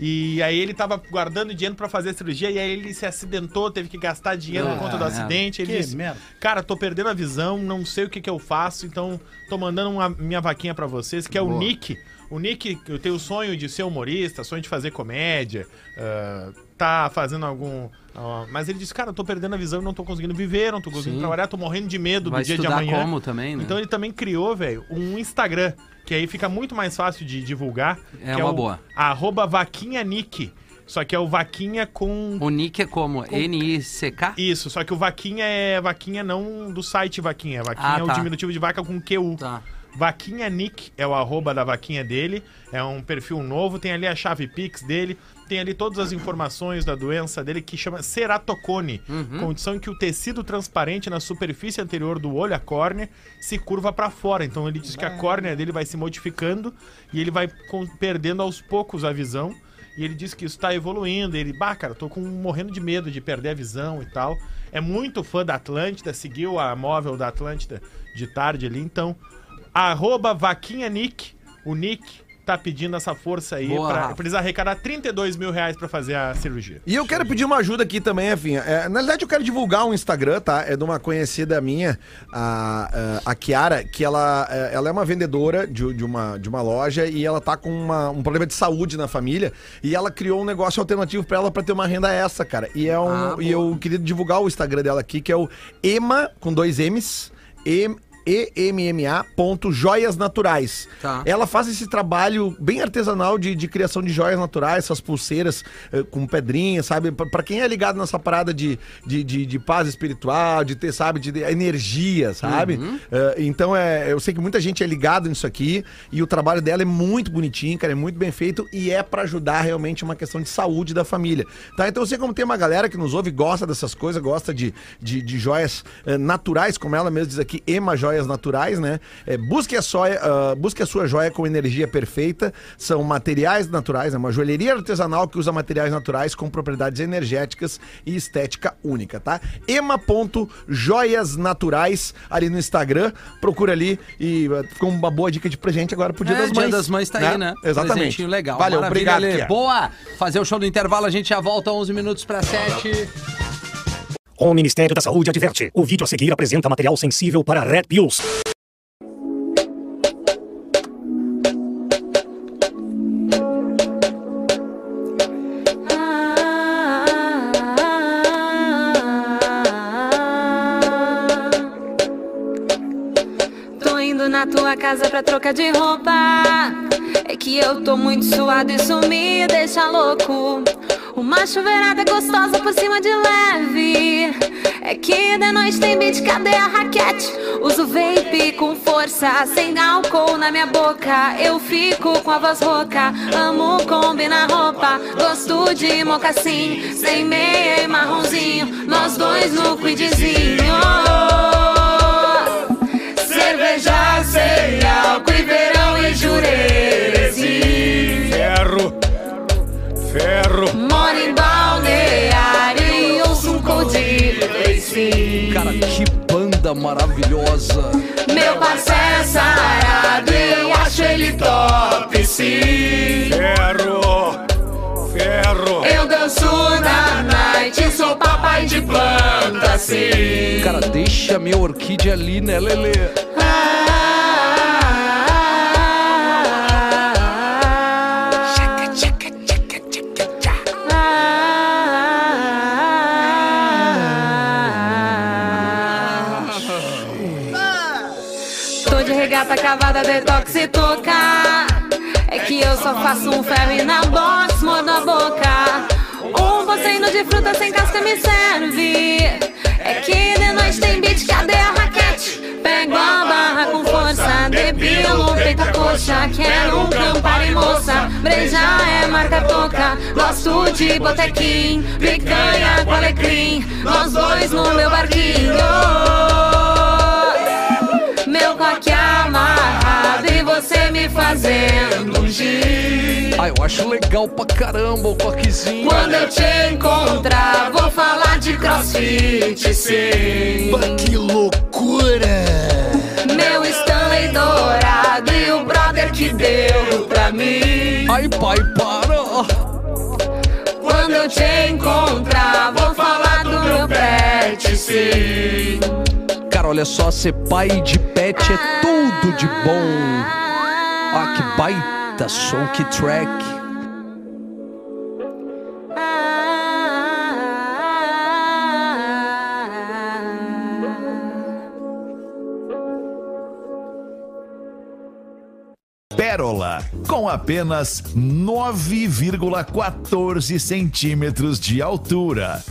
Speaker 6: E aí ele tava guardando dinheiro pra fazer a cirurgia e aí ele se acidentou, teve que gastar dinheiro por conta do
Speaker 3: Ah,
Speaker 6: acidente. Ele
Speaker 5: Que
Speaker 6: disse,
Speaker 5: merda.
Speaker 6: Cara, tô perdendo a visão, não sei o que que eu faço, então tô mandando uma minha vaquinha pra vocês, que é o Nick. O Nick, eu tenho o sonho de ser humorista, sonho de fazer comédia, ah, tá fazendo algum. ah, mas ele disse, cara, eu tô perdendo a visão, não tô conseguindo viver, não tô conseguindo
Speaker 3: Sim.
Speaker 6: trabalhar, tô morrendo de medo
Speaker 3: Vai
Speaker 6: do dia de
Speaker 3: estudar
Speaker 6: amanhã.
Speaker 3: como também, né?
Speaker 6: Então ele também criou, velho, um Instagram, que aí fica muito mais fácil de divulgar.
Speaker 3: É
Speaker 6: que
Speaker 3: uma
Speaker 6: o
Speaker 3: boa.
Speaker 6: Arroba vaquinha Nick. Só que é o Vaquinha com.
Speaker 3: O nick é como? N-I-C-K?
Speaker 6: Isso, só que o Vaquinha é Vaquinha não do site Vaquinha. Vaquinha
Speaker 3: Ah,
Speaker 6: é
Speaker 3: tá.
Speaker 6: o diminutivo de vaca com QU.
Speaker 3: Tá.
Speaker 6: Vaquinha Nick é o arroba da vaquinha dele. É um perfil novo, tem ali a chave Pix dele, tem ali todas as informações da doença dele que chama ceratocone, condição em que o tecido transparente na superfície anterior do olho, a córnea, se curva para fora. Então ele diz que a córnea dele vai se modificando e ele vai com- perdendo aos poucos a visão. E ele diz que isso tá evoluindo. Ele, bah, cara, tô com, morrendo de medo de perder a visão e tal. É muito fã da Atlântida, seguiu a móvel da Atlântida de tarde ali, então arroba vaquinha Nick. O Nick tá pedindo essa força aí.
Speaker 3: Boa,
Speaker 6: pra,
Speaker 3: Rafa.
Speaker 6: precisa arrecadar 32 mil reais pra fazer a cirurgia.
Speaker 1: E eu quero pedir uma ajuda aqui também, Rafinha. É, na verdade, eu quero divulgar um Instagram, tá? É de uma conhecida minha, a, a a Kiara, que ela, é, ela é uma vendedora de, de uma, de uma loja e ela tá com uma- um problema de saúde na família. E ela criou um negócio alternativo pra ela pra ter uma renda essa, cara. E, é um,
Speaker 3: Ah,
Speaker 1: e eu queria divulgar o Instagram dela aqui, que é o Ema, com dois M's, em- EMMA. ponto Joias naturais. É
Speaker 3: Tá.
Speaker 1: Ela faz esse trabalho bem artesanal de, de criação de joias naturais, essas pulseiras eh, com pedrinha, sabe? Pra pra quem é ligado nessa parada de, de, de, de paz espiritual, de ter, sabe, de, de energia, sabe? Eh, então é, eu sei que muita gente é ligado nisso aqui e o trabalho dela é muito bonitinho, cara, é muito bem feito e é pra ajudar realmente uma questão de saúde da família. Tá? Então eu sei como tem uma galera que nos ouve, e gosta dessas coisas, gosta de, de, de joias eh, naturais, como ela mesma diz aqui, Ema Joias Naturais, né? Eh, busque, a sua, busque a sua joia com energia perfeita. São materiais naturais, é uma joalheria artesanal que usa materiais naturais com propriedades energéticas e estética única, tá? Ema.joias naturais ali no Instagram. Procura ali e eh, ficou uma boa dica de presente agora pro Dia
Speaker 3: É,
Speaker 1: das Mães.
Speaker 3: Dia das Mães tá aí, né?
Speaker 1: Exatamente.
Speaker 3: Presentinho legal.
Speaker 1: Valeu,
Speaker 3: Maravilha,
Speaker 1: obrigado.
Speaker 3: Lê.
Speaker 1: Tia.
Speaker 3: Boa! Fazer o show do intervalo, a gente já volta 11 minutos para 7.
Speaker 9: O Ministério da Saúde adverte. O vídeo a seguir apresenta material sensível para Red Pills.
Speaker 10: Ah, ah, Tô indo na tua casa pra troca de roupa. É que eu tô muito suado, isso me deixa louco. Uma chuveirada gostosa por cima de leve. É que de noite tem beat, cadê a raquete? Uso vape com força, sem álcool na minha boca. Eu fico com a voz rouca, amo combinar roupa. Gosto de mocassim, sem meia e marronzinho. Nós dois no quidzinho. Cerveja sem álcool e verão e jurezi
Speaker 2: Ferro! Ferro!
Speaker 10: Moro em balneário e ouço um cold Lacy.
Speaker 3: Cara, que banda maravilhosa.
Speaker 10: Meu parceiro é sarado e eu acho ele top sim
Speaker 2: Ferro! Ferro!
Speaker 10: Eu danço na night e sou papai de planta sim
Speaker 3: Cara, deixa minha orquídea ali, né, Lelê?
Speaker 10: Tô de regata cavada, detox e toca. É que eu só faço um ferro e na box, mordo a boca. Um bocinho de fruta sem casca me serve. É que de noite tem beat, cadê a raquete? Pego a barra com força, debilo, feita coxa. Quero um campari, moça, breja é marca toca. Gosto de botequim, picanha com alecrim. Nós dois no meu barquinho. Meu coque amarrado e você me fazendo um gin.
Speaker 3: Ah, eu acho legal pra caramba o coquezinho.
Speaker 10: Quando eu te encontrar, vou falar de crossfit, sim.
Speaker 1: Que loucura!
Speaker 10: Meu Stanley dourado e o brother que deu pra mim.
Speaker 3: Ai, pai, para!
Speaker 10: Quando eu te encontrar, vou falar do meu pet, sim.
Speaker 3: Cara, olha só, ser pai de pet é tudo de bom. Ah, que baita som, que track.
Speaker 11: Pérola, com apenas 9,14 centímetros de altura.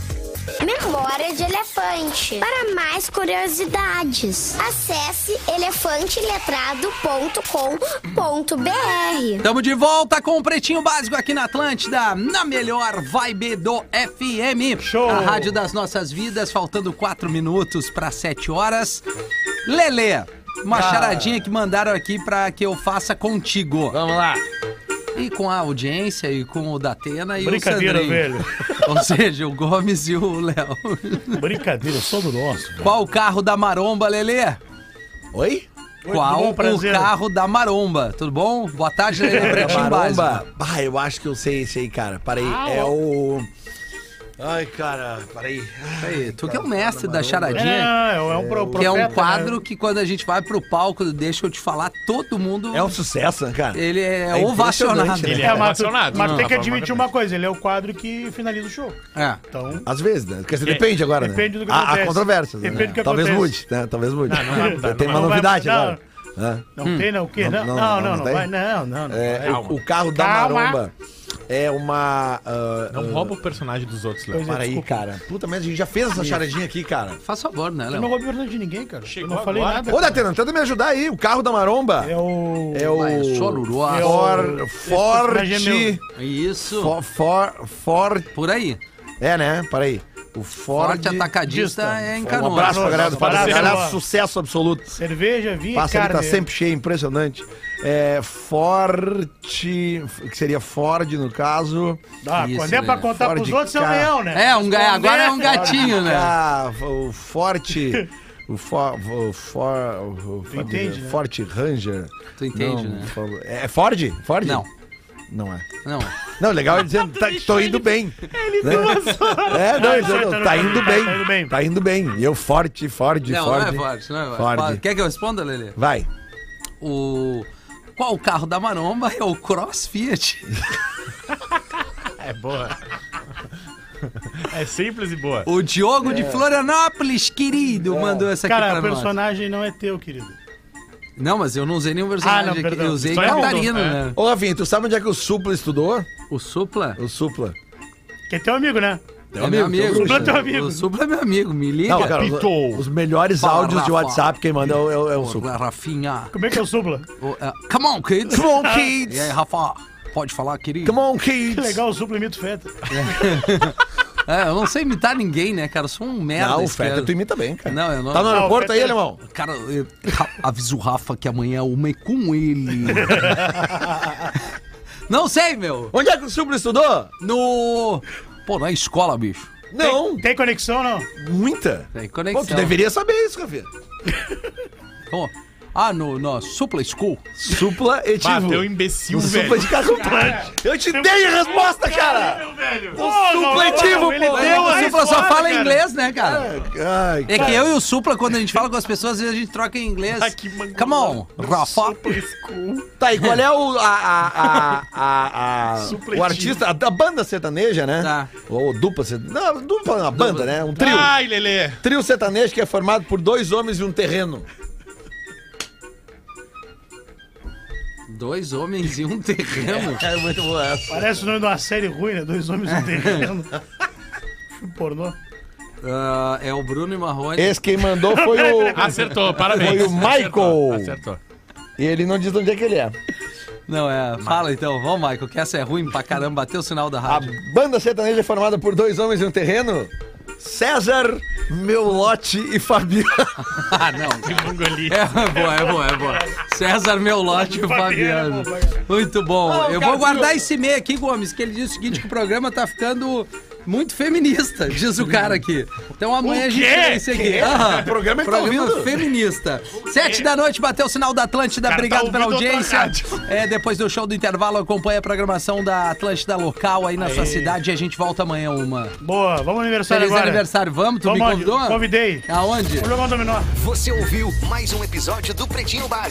Speaker 12: Memória de elefante. Para mais curiosidades, acesse elefanteletrado.com.br.
Speaker 3: Tamo de volta com o Pretinho Básico aqui na Atlântida, na melhor vibe do FM.
Speaker 5: Show.
Speaker 3: A rádio das nossas vidas, faltando quatro minutos para sete horas. Lelê, uma charadinha que mandaram aqui para que eu faça contigo.
Speaker 8: Vamos lá.
Speaker 3: E com a audiência, e com o Datena e
Speaker 5: Brincadeira,
Speaker 3: o Sandrinho.
Speaker 5: velho.
Speaker 3: Ou seja, o Gomes e o Léo.
Speaker 5: Brincadeira, só do nosso. velho.
Speaker 3: Qual o carro da maromba, Lelê?
Speaker 1: Oi?
Speaker 5: Oi,
Speaker 3: Qual
Speaker 5: tudo bom?
Speaker 3: o
Speaker 5: Prazer. É,
Speaker 3: carro da maromba? Tudo bom? Boa tarde, Lelê Pretinho Básico.
Speaker 1: Maromba. Ah, eu acho que eu sei esse aí, cara. Peraí.
Speaker 5: Ah,
Speaker 1: é o. Ai, cara, peraí.
Speaker 3: Aí, tu que é o mestre da
Speaker 5: É,
Speaker 3: charadinha.
Speaker 5: não, é um pro,
Speaker 3: Que é um
Speaker 5: profeta,
Speaker 3: quadro
Speaker 5: né?
Speaker 3: que quando a gente vai pro palco, deixa eu te falar, todo mundo.
Speaker 1: É um sucesso, né, cara?
Speaker 3: Ele é,
Speaker 1: É
Speaker 3: ovacionado.
Speaker 1: impressionante, né?
Speaker 6: Ele é
Speaker 5: É, mas, tu-
Speaker 6: relacionado.
Speaker 5: mas tu
Speaker 6: Não,
Speaker 5: tem que
Speaker 6: tá
Speaker 5: admitir uma coisa, ele é o quadro que finaliza o show.
Speaker 3: É.
Speaker 5: Então,
Speaker 1: Às vezes, né? Quer dizer, depende agora, né?
Speaker 5: Depende do que
Speaker 1: Há- Há
Speaker 5: acontece.
Speaker 1: controvérsias, né?
Speaker 5: Depende do que
Speaker 1: Talvez
Speaker 5: acontece.
Speaker 1: mude, né? Talvez mude. Tem
Speaker 5: não
Speaker 1: uma
Speaker 5: vai
Speaker 1: novidade
Speaker 5: mudar.
Speaker 1: agora. né?
Speaker 5: não tem não o quê?
Speaker 1: Não,
Speaker 5: Não,
Speaker 1: não, não,
Speaker 5: não, não,
Speaker 1: não
Speaker 5: não,
Speaker 1: tem?
Speaker 5: vai, não, não. não.
Speaker 1: É, o, o carro da
Speaker 5: Calma.
Speaker 1: Maromba é uma... ah,
Speaker 6: Não
Speaker 1: ah,
Speaker 6: rouba o personagem dos outros, Léo.
Speaker 1: Para aí, cara. Puta merda, a gente já fez essa charadinha aqui, cara.
Speaker 3: Faz favor, né,
Speaker 5: Eu não
Speaker 3: Léo?
Speaker 5: vou perguntar de ninguém, cara.
Speaker 6: Chegou
Speaker 5: eu não falei
Speaker 6: agora,
Speaker 5: nada.
Speaker 1: Ô, Datena, tenta me ajudar aí. O carro da Maromba
Speaker 5: É o...
Speaker 1: é o...
Speaker 3: Vai, é Chororó.
Speaker 1: For,
Speaker 5: personagem é
Speaker 1: forte...
Speaker 3: Isso.
Speaker 1: For, for, for-
Speaker 3: Por aí.
Speaker 1: É, né? Para aí. O Ford...
Speaker 3: Forte atacadista é em
Speaker 1: Um
Speaker 3: Canoas.
Speaker 1: abraço pra galera do Forte.
Speaker 5: Parabéns,
Speaker 1: Aliás,
Speaker 5: Canoas.
Speaker 1: sucesso absoluto.
Speaker 5: Cerveja, vinho e
Speaker 1: Passa ali,
Speaker 5: carne.
Speaker 3: é.
Speaker 1: tá sempre cheio, impressionante. É, forte, que seria Ford no caso.
Speaker 5: Ah,
Speaker 3: Isso,
Speaker 5: quando é pra
Speaker 3: né?
Speaker 5: contar
Speaker 1: Fora
Speaker 5: pros
Speaker 1: de
Speaker 5: outros, é um
Speaker 1: carro.
Speaker 5: leão, né?
Speaker 3: É, um ga-
Speaker 5: Esconder-
Speaker 3: agora é um gatinho, né?
Speaker 1: Ah, o forte. O for, o for, o for,
Speaker 5: entende, né?
Speaker 1: Forte Ranger.
Speaker 3: Tu entende,
Speaker 1: Não,
Speaker 3: né?
Speaker 1: for- É Ford? Ford?
Speaker 3: Não.
Speaker 1: Não é.
Speaker 3: Não.
Speaker 1: Não, legal ele dizendo tá, tô indo bem. Ele né? É, não, ele dizendo,
Speaker 5: Tá
Speaker 1: tá indo
Speaker 5: indo
Speaker 1: bem.
Speaker 5: bem.
Speaker 1: Tá indo bem. E eu forte, Ford,
Speaker 3: Não,
Speaker 1: Ford.
Speaker 3: não é forte, não é
Speaker 1: Ford.
Speaker 3: forte. Quer que eu responda, Lelê?
Speaker 1: Vai.
Speaker 3: O. Qual o carro da maromba é o CrossFiat?
Speaker 6: É boa. É simples e boa.
Speaker 3: O Diogo
Speaker 1: É.
Speaker 3: de Florianópolis, querido, mandou essa aqui
Speaker 5: Cara,
Speaker 3: pra
Speaker 5: o
Speaker 3: nós.
Speaker 5: personagem não é teu, querido.
Speaker 3: Não, mas eu não usei nenhum personagem
Speaker 5: Ah, não,
Speaker 3: aqui.
Speaker 5: perdão.
Speaker 3: Eu usei
Speaker 5: Só
Speaker 6: inventou,
Speaker 3: Catarino,
Speaker 6: é.
Speaker 3: né?
Speaker 1: Ô, Rafinha, tu sabe onde é que o Supla estudou?
Speaker 3: O Supla
Speaker 1: O Supla.
Speaker 5: Que é teu amigo, né?
Speaker 3: é meu amigo.
Speaker 5: Supla é teu
Speaker 3: né?
Speaker 5: amigo.
Speaker 3: O Supla é meu amigo, me liga.
Speaker 1: Não, cara,
Speaker 6: Pitou.
Speaker 1: os melhores
Speaker 3: Fala,
Speaker 1: áudios de
Speaker 3: Rafa.
Speaker 1: WhatsApp, quem manda é o, é o- é o Supla.
Speaker 3: Supla, Rafinha.
Speaker 5: Como é que é o Supla?
Speaker 3: O- é, come on, kids.
Speaker 1: Come on,
Speaker 3: E
Speaker 1: kids!
Speaker 3: aí, Rafa, pode falar, querido?
Speaker 1: Come on,
Speaker 5: Que
Speaker 1: kids!
Speaker 5: legal o Supla imita o Feta.
Speaker 3: É, eu não sei imitar ninguém, né, cara? Eu sou um merda.
Speaker 1: Não, o
Speaker 3: esse
Speaker 1: Feta
Speaker 3: cara.
Speaker 1: tu imita bem, cara.
Speaker 3: Não, eu não.
Speaker 1: Tá no aeroporto
Speaker 5: Feta
Speaker 1: aí,
Speaker 5: é-
Speaker 1: alemão?
Speaker 3: Cara, eu- Ra- avisa o Rafa que amanhã é uma é com ele. não sei, meu.
Speaker 1: Onde é que o Supla estudou?
Speaker 3: No. Pô, na escola, bicho.
Speaker 1: Não,
Speaker 5: Tem conexão, não?
Speaker 1: muita.
Speaker 3: Tem um-
Speaker 1: Pô,
Speaker 3: conexão.
Speaker 1: tu deveria saber isso, Rafinha.
Speaker 3: Ó, Ah, no, no Supla School.
Speaker 1: Supla
Speaker 6: Bateu
Speaker 3: Tipo,
Speaker 6: um
Speaker 1: etivo.
Speaker 6: imbecil,
Speaker 1: O Supla
Speaker 6: velho.
Speaker 1: de Casumplante. Eu te dei a resposta, cara! O supletivo,
Speaker 5: Ele
Speaker 1: pô!
Speaker 5: deu
Speaker 3: o
Speaker 5: a
Speaker 3: Supla só
Speaker 5: resposta,
Speaker 3: fala
Speaker 5: cara.
Speaker 3: inglês, né, cara?
Speaker 1: Ai,
Speaker 3: É que eu e o Supla, quando a gente fala com as pessoas, às vezes a gente troca em inglês.
Speaker 6: Ah, que mangolão.
Speaker 3: Come on, Rafa.
Speaker 1: Tá, e qual é o. A, a, a, a- a- o artista, a, a banda sertaneja, né?
Speaker 3: Tá.
Speaker 1: Ou dupla sertaneja. Não, dupla é uma banda, né? Um trio.
Speaker 6: Ai, Lelê.
Speaker 1: Trio sertanejo que é formado por dois homens e um terreno.
Speaker 3: Dois homens e um terreno.
Speaker 1: É muito boa essa.
Speaker 5: Parece o nome de uma série ruim, né? Dois homens e um terreno. Filme Pornô.
Speaker 3: Ah, é o Bruno e Marrone.
Speaker 1: Esse quem mandou foi o.
Speaker 6: Acertou, parabéns.
Speaker 1: Foi o Michael.
Speaker 6: Acertou. acertou.
Speaker 1: E ele não diz onde é que ele é.
Speaker 3: Não, é. Fala então, vamos, Michael, que essa é ruim pra caramba. Bateu o sinal da
Speaker 1: A
Speaker 3: rádio.
Speaker 1: banda sertaneja é formada por dois homens e um terreno? César, meu lote e Fabiano.
Speaker 3: Ah, não.
Speaker 6: Que mongoli.
Speaker 3: É boa, é boa, é boa. César Meulotti e o Fabiano. Muito bom. Eu vou guardar esse e-mail aqui, Gomes, que ele diz o seguinte: que o programa tá ficando muito feminista, diz o cara aqui. Então amanhã a gente
Speaker 6: quê?
Speaker 3: vai seguir. O
Speaker 1: programa ele tá ouvindo.
Speaker 3: feminista. Sete da noite, bateu o sinal da Atlântida.
Speaker 6: Cara, tá
Speaker 3: Obrigado pela
Speaker 6: ouvindo
Speaker 3: audiência.
Speaker 6: outra rádio.
Speaker 3: É, depois do show do intervalo, acompanha a programação da Atlântida local aí na sua cidade e a gente volta amanhã uma.
Speaker 5: Boa, vamos ao aniversário
Speaker 3: Feliz
Speaker 5: agora.
Speaker 3: aniversário, vamos? Tu
Speaker 5: Vamos,
Speaker 3: me convidou?
Speaker 5: Convidei.
Speaker 3: Aonde?
Speaker 5: Vamos jogar um dominó.
Speaker 13: Você ouviu mais um episódio do Pretinho Básico.